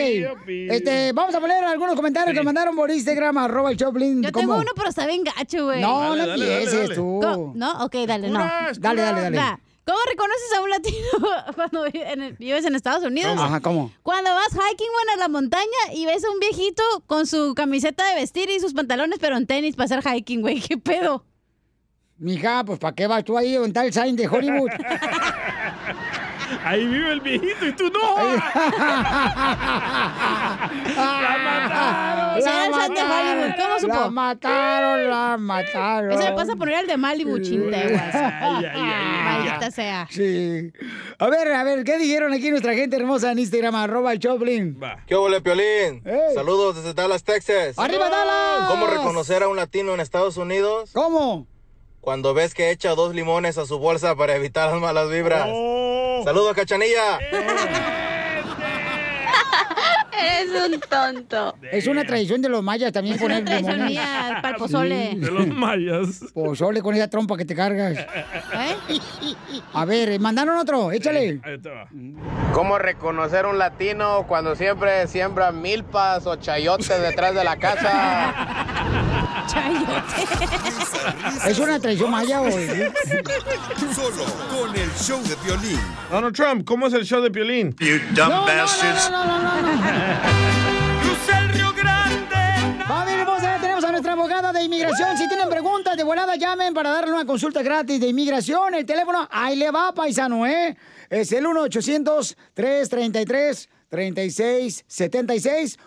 Este, vamos a poner algunos comentarios que mandaron por Instagram, arroba el Choplin. Yo tengo uno, pero está bien gacho, güey. No, no empieces tú. Co- No, ok, dale, no. Puras, Dale, puras. dale, dale. Va. ¿Cómo reconoces a un latino cuando vi- en el- vives en Estados Unidos? Ajá, ¿cómo? Cuando vas hiking, bueno, a la montaña y ves a un viejito con su camiseta de vestir y sus pantalones, pero en tenis para hacer hiking, güey. ¿Qué pedo? Mija, pues ¿para qué vas tú ahí donde está el sign de Hollywood? Ahí vive el viejito y tú no. Ah. ¡La Será el sign de Hollywood, ¿cómo supo? La mataron, la mataron. Eso me pasa por ir al de Malibu, chinteguas. Maldita sea. Sí. A ver, a ver, ¿qué dijeron aquí nuestra gente hermosa en Instagram, arroba el Choplin? ¿Qué huele, Piolín? Saludos desde Dallas, Texas. ¡Arriba, Dallas! ¿Cómo reconocer a un latino en Estados Unidos? ¿Cómo? Cuando ves que echa dos limones a su bolsa para evitar las malas 아, vibras. Oh. ¡Saludos, Cachanilla! Eres un tonto. Es una tradición de los mayas también poner una tradición limones. mía, para el pozole. De los mayas. Pozole con esa trompa que te cargas. A ver, eh, mandaron otro, échale. ¿Cómo reconocer un latino cuando siempre siembra milpas o chayotes detrás de la casa? Es una traición maya hoy. Solo con el show de violín. Donald Trump, ¿cómo es el show de Piolín? You dumb No, no, bastards. no, no, no, no, Familia hermosa, ya tenemos a nuestra abogada de inmigración. Si tienen preguntas de volada, llamen para darle una consulta gratis de inmigración. El teléfono, ahí le va, paisano, ¿eh? Es el 1-800-333-3676.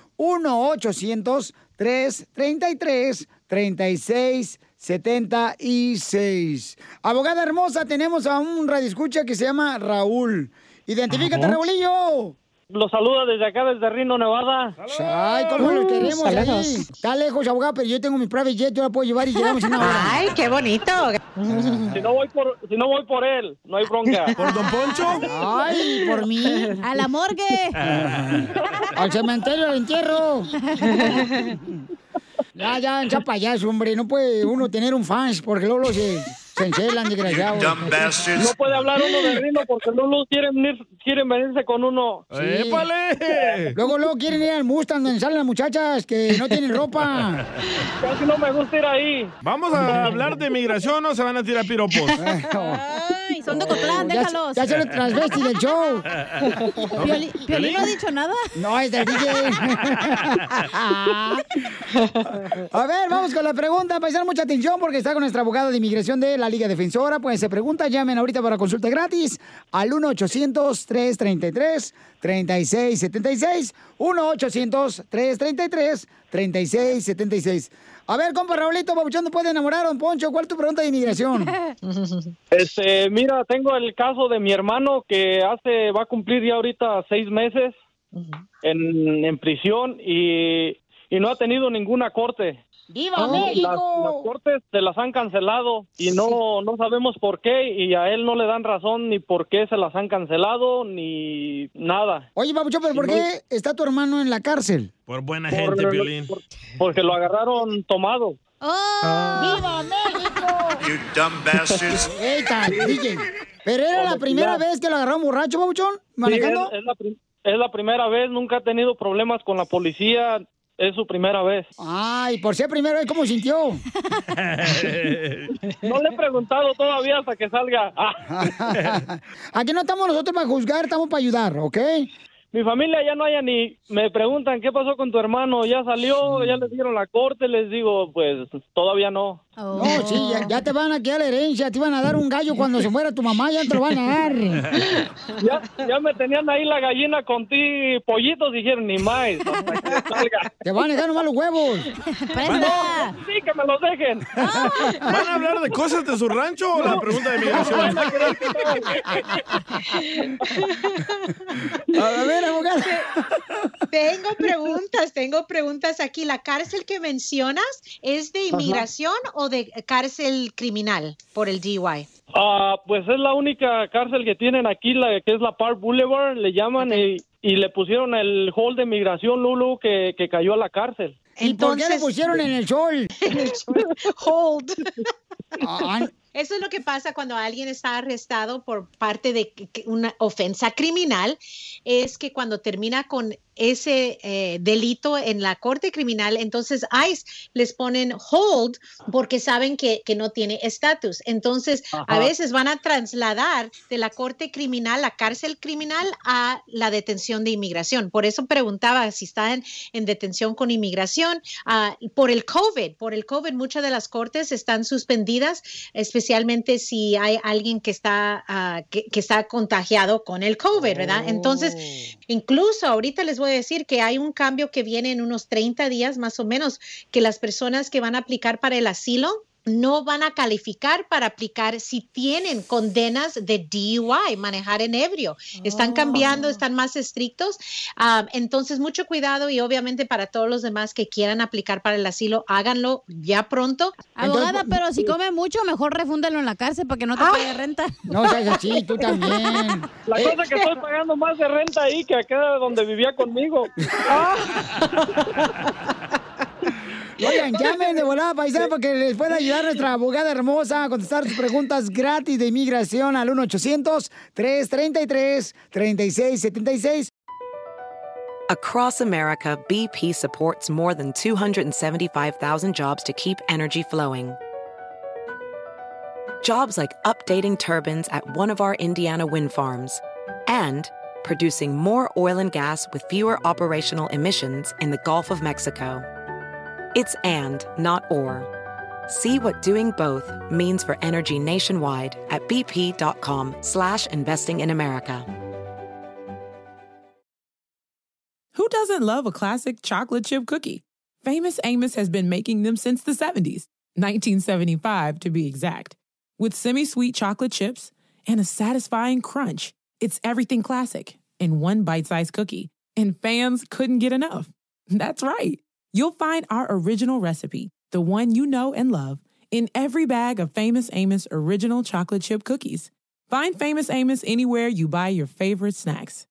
1-800-333-3676. Abogada hermosa, tenemos a un radioescucha que se llama Raúl. Identifícate, Ajá. Raulillo. Los saluda desde acá, desde Rino, Nevada. Ay, cómo los queremos Uh, Saludos. ahí. Está lejos, abogado, pero yo tengo mi private jet, yo la puedo llevar y llegamos en una hora. Ay, qué bonito. Si no voy por, si no voy por él, no hay bronca. ¿Por Don Poncho? Ay, por mí. A la morgue. 아, Al cementerio, al entierro. Ya, ya, ya payaso, hombre. No puede uno tener un fans porque luego los se, se encelan, desgraciado. No puede hablar uno de Rino porque Lulu quieren, venir- quieren venirse con uno. Luego, luego quieren ir al Mustang donde salen las muchachas que no tienen ropa. Casi no me gusta ir ahí. Vamos a hablar de migración o se van a tirar piropos. Ay, son de Cotlán, Oh, Ya- déjalos. Ya se lo transvesti del show. Pioli- Piolín no ha dicho nada. No, es del DJ. A ver, vamos con la pregunta. Paisano, mucha atención porque está con nuestra abogada de inmigración de la Liga Defensora. Pues se pregunta, llamen ahorita para consulta gratis al 1-800-333-3676. 1-800-333-3676. A ver, compa Raulito, Pabuchón, ¿te puede enamorar, don Poncho? ¿Cuál es tu pregunta de inmigración? Este, mira, tengo el caso de mi hermano que hace, va a cumplir ya ahorita seis meses en, en prisión y, y no ha tenido ninguna corte. ¡Viva Las, las cortes se las han cancelado y no, no sabemos por qué y a él no le dan razón ni por qué se las han cancelado ni nada. Oye, Pabuchón, ¿pero por qué está tu hermano en la cárcel? Por buena gente, Por- Piolín. por- porque lo agarraron tomado. ¡Viva México! You dumb bastards. Eita, DJ. ¿Pero era la primera vez que lo agarraron borracho, babuchón? ¿Manejando? Sí, es, es la prim- es la primera vez, nunca ha tenido problemas con la policía, es su primera vez. Ay, por ser primero, ¿eh? ¿cómo sintió? No le he preguntado todavía hasta que salga. Ah. Aquí no estamos nosotros para juzgar, estamos para ayudar, ¿ok? Mi familia ya no haya ni... Me preguntan, ¿qué pasó con tu hermano? ¿Ya salió? ¿Ya les dieron la corte? Les digo, pues todavía no. Oh. No, sí, ya, ya te van a quedar la herencia, te van a dar un gallo cuando se muera tu mamá, ya te lo van a dar. Ya, ya me tenían ahí la gallina con ti, pollitos, dijeron, ni más. hasta que salga. Te van a dejar nomás los huevos. ¡Presta! Sí, que me los dejen. ¿Van a hablar de cosas de su rancho o la pregunta de migración? A ver, abogada. Tengo preguntas, tengo preguntas aquí. ¿La cárcel que mencionas es de inmigración o de cárcel criminal por el DUI? Ah, pues es la única cárcel que tienen aquí, la que es la Park Boulevard, le llaman y, y le pusieron el hall de migración Lulu que, que cayó a la cárcel. ¿Y por qué le pusieron en el sol? Hold. Eso es lo que pasa cuando alguien está arrestado por parte de que- que una ofensa criminal, es que cuando termina con ese eh, delito en la corte criminal, entonces ICE les ponen hold porque saben que, que no tiene estatus. Entonces, a Ajá. veces van a trasladar de la corte criminal, la cárcel criminal, a la detención de inmigración. Por eso preguntaba si están en detención con inmigración ah, por el COVID. Por el COVID, muchas de las cortes están suspendidas, especialmente si hay alguien que está, ah, que, que está contagiado con el COVID, ¿verdad? Entonces, incluso ahorita les voy a decir que hay un cambio que viene en unos 30 días más o menos, que las personas que van a aplicar para el asilo no van a calificar para aplicar si tienen condenas de DUI, manejar en ebrio. Están cambiando, están más estrictos. Ah, entonces, mucho cuidado y obviamente para todos los demás que quieran aplicar para el asilo, háganlo ya pronto. Abogada, pero si come mucho, mejor refúndalo en la cárcel para que no te pague renta. Ah. No seas así, tú también. Eh. La cosa es que estoy pagando más de renta ahí que acá donde vivía conmigo. Oigan, llamen de volada paisana para que les pueda ayudar nuestra abogada hermosa a contestar sus preguntas gratis de inmigración al 1-800-333-3676. Across America, BP supports more than 275,000 jobs to keep energy flowing. Jobs like updating turbines at one of our Indiana wind farms and producing more oil and gas with fewer operational emissions in the Gulf of Mexico. It's and, not or. See what doing both means for energy nationwide at bp.com slash investing in America. Who doesn't love a classic chocolate chip cookie? Famous Amos has been making them since the 70s, 1975 to be exact. With semi sweet chocolate chips and a satisfying crunch, it's everything classic in one bite sized cookie, and fans couldn't get enough. That's right. You'll find our original recipe, the one you know and love, in every bag of Famous Amos original chocolate chip cookies. Find Famous Amos anywhere you buy your favorite snacks.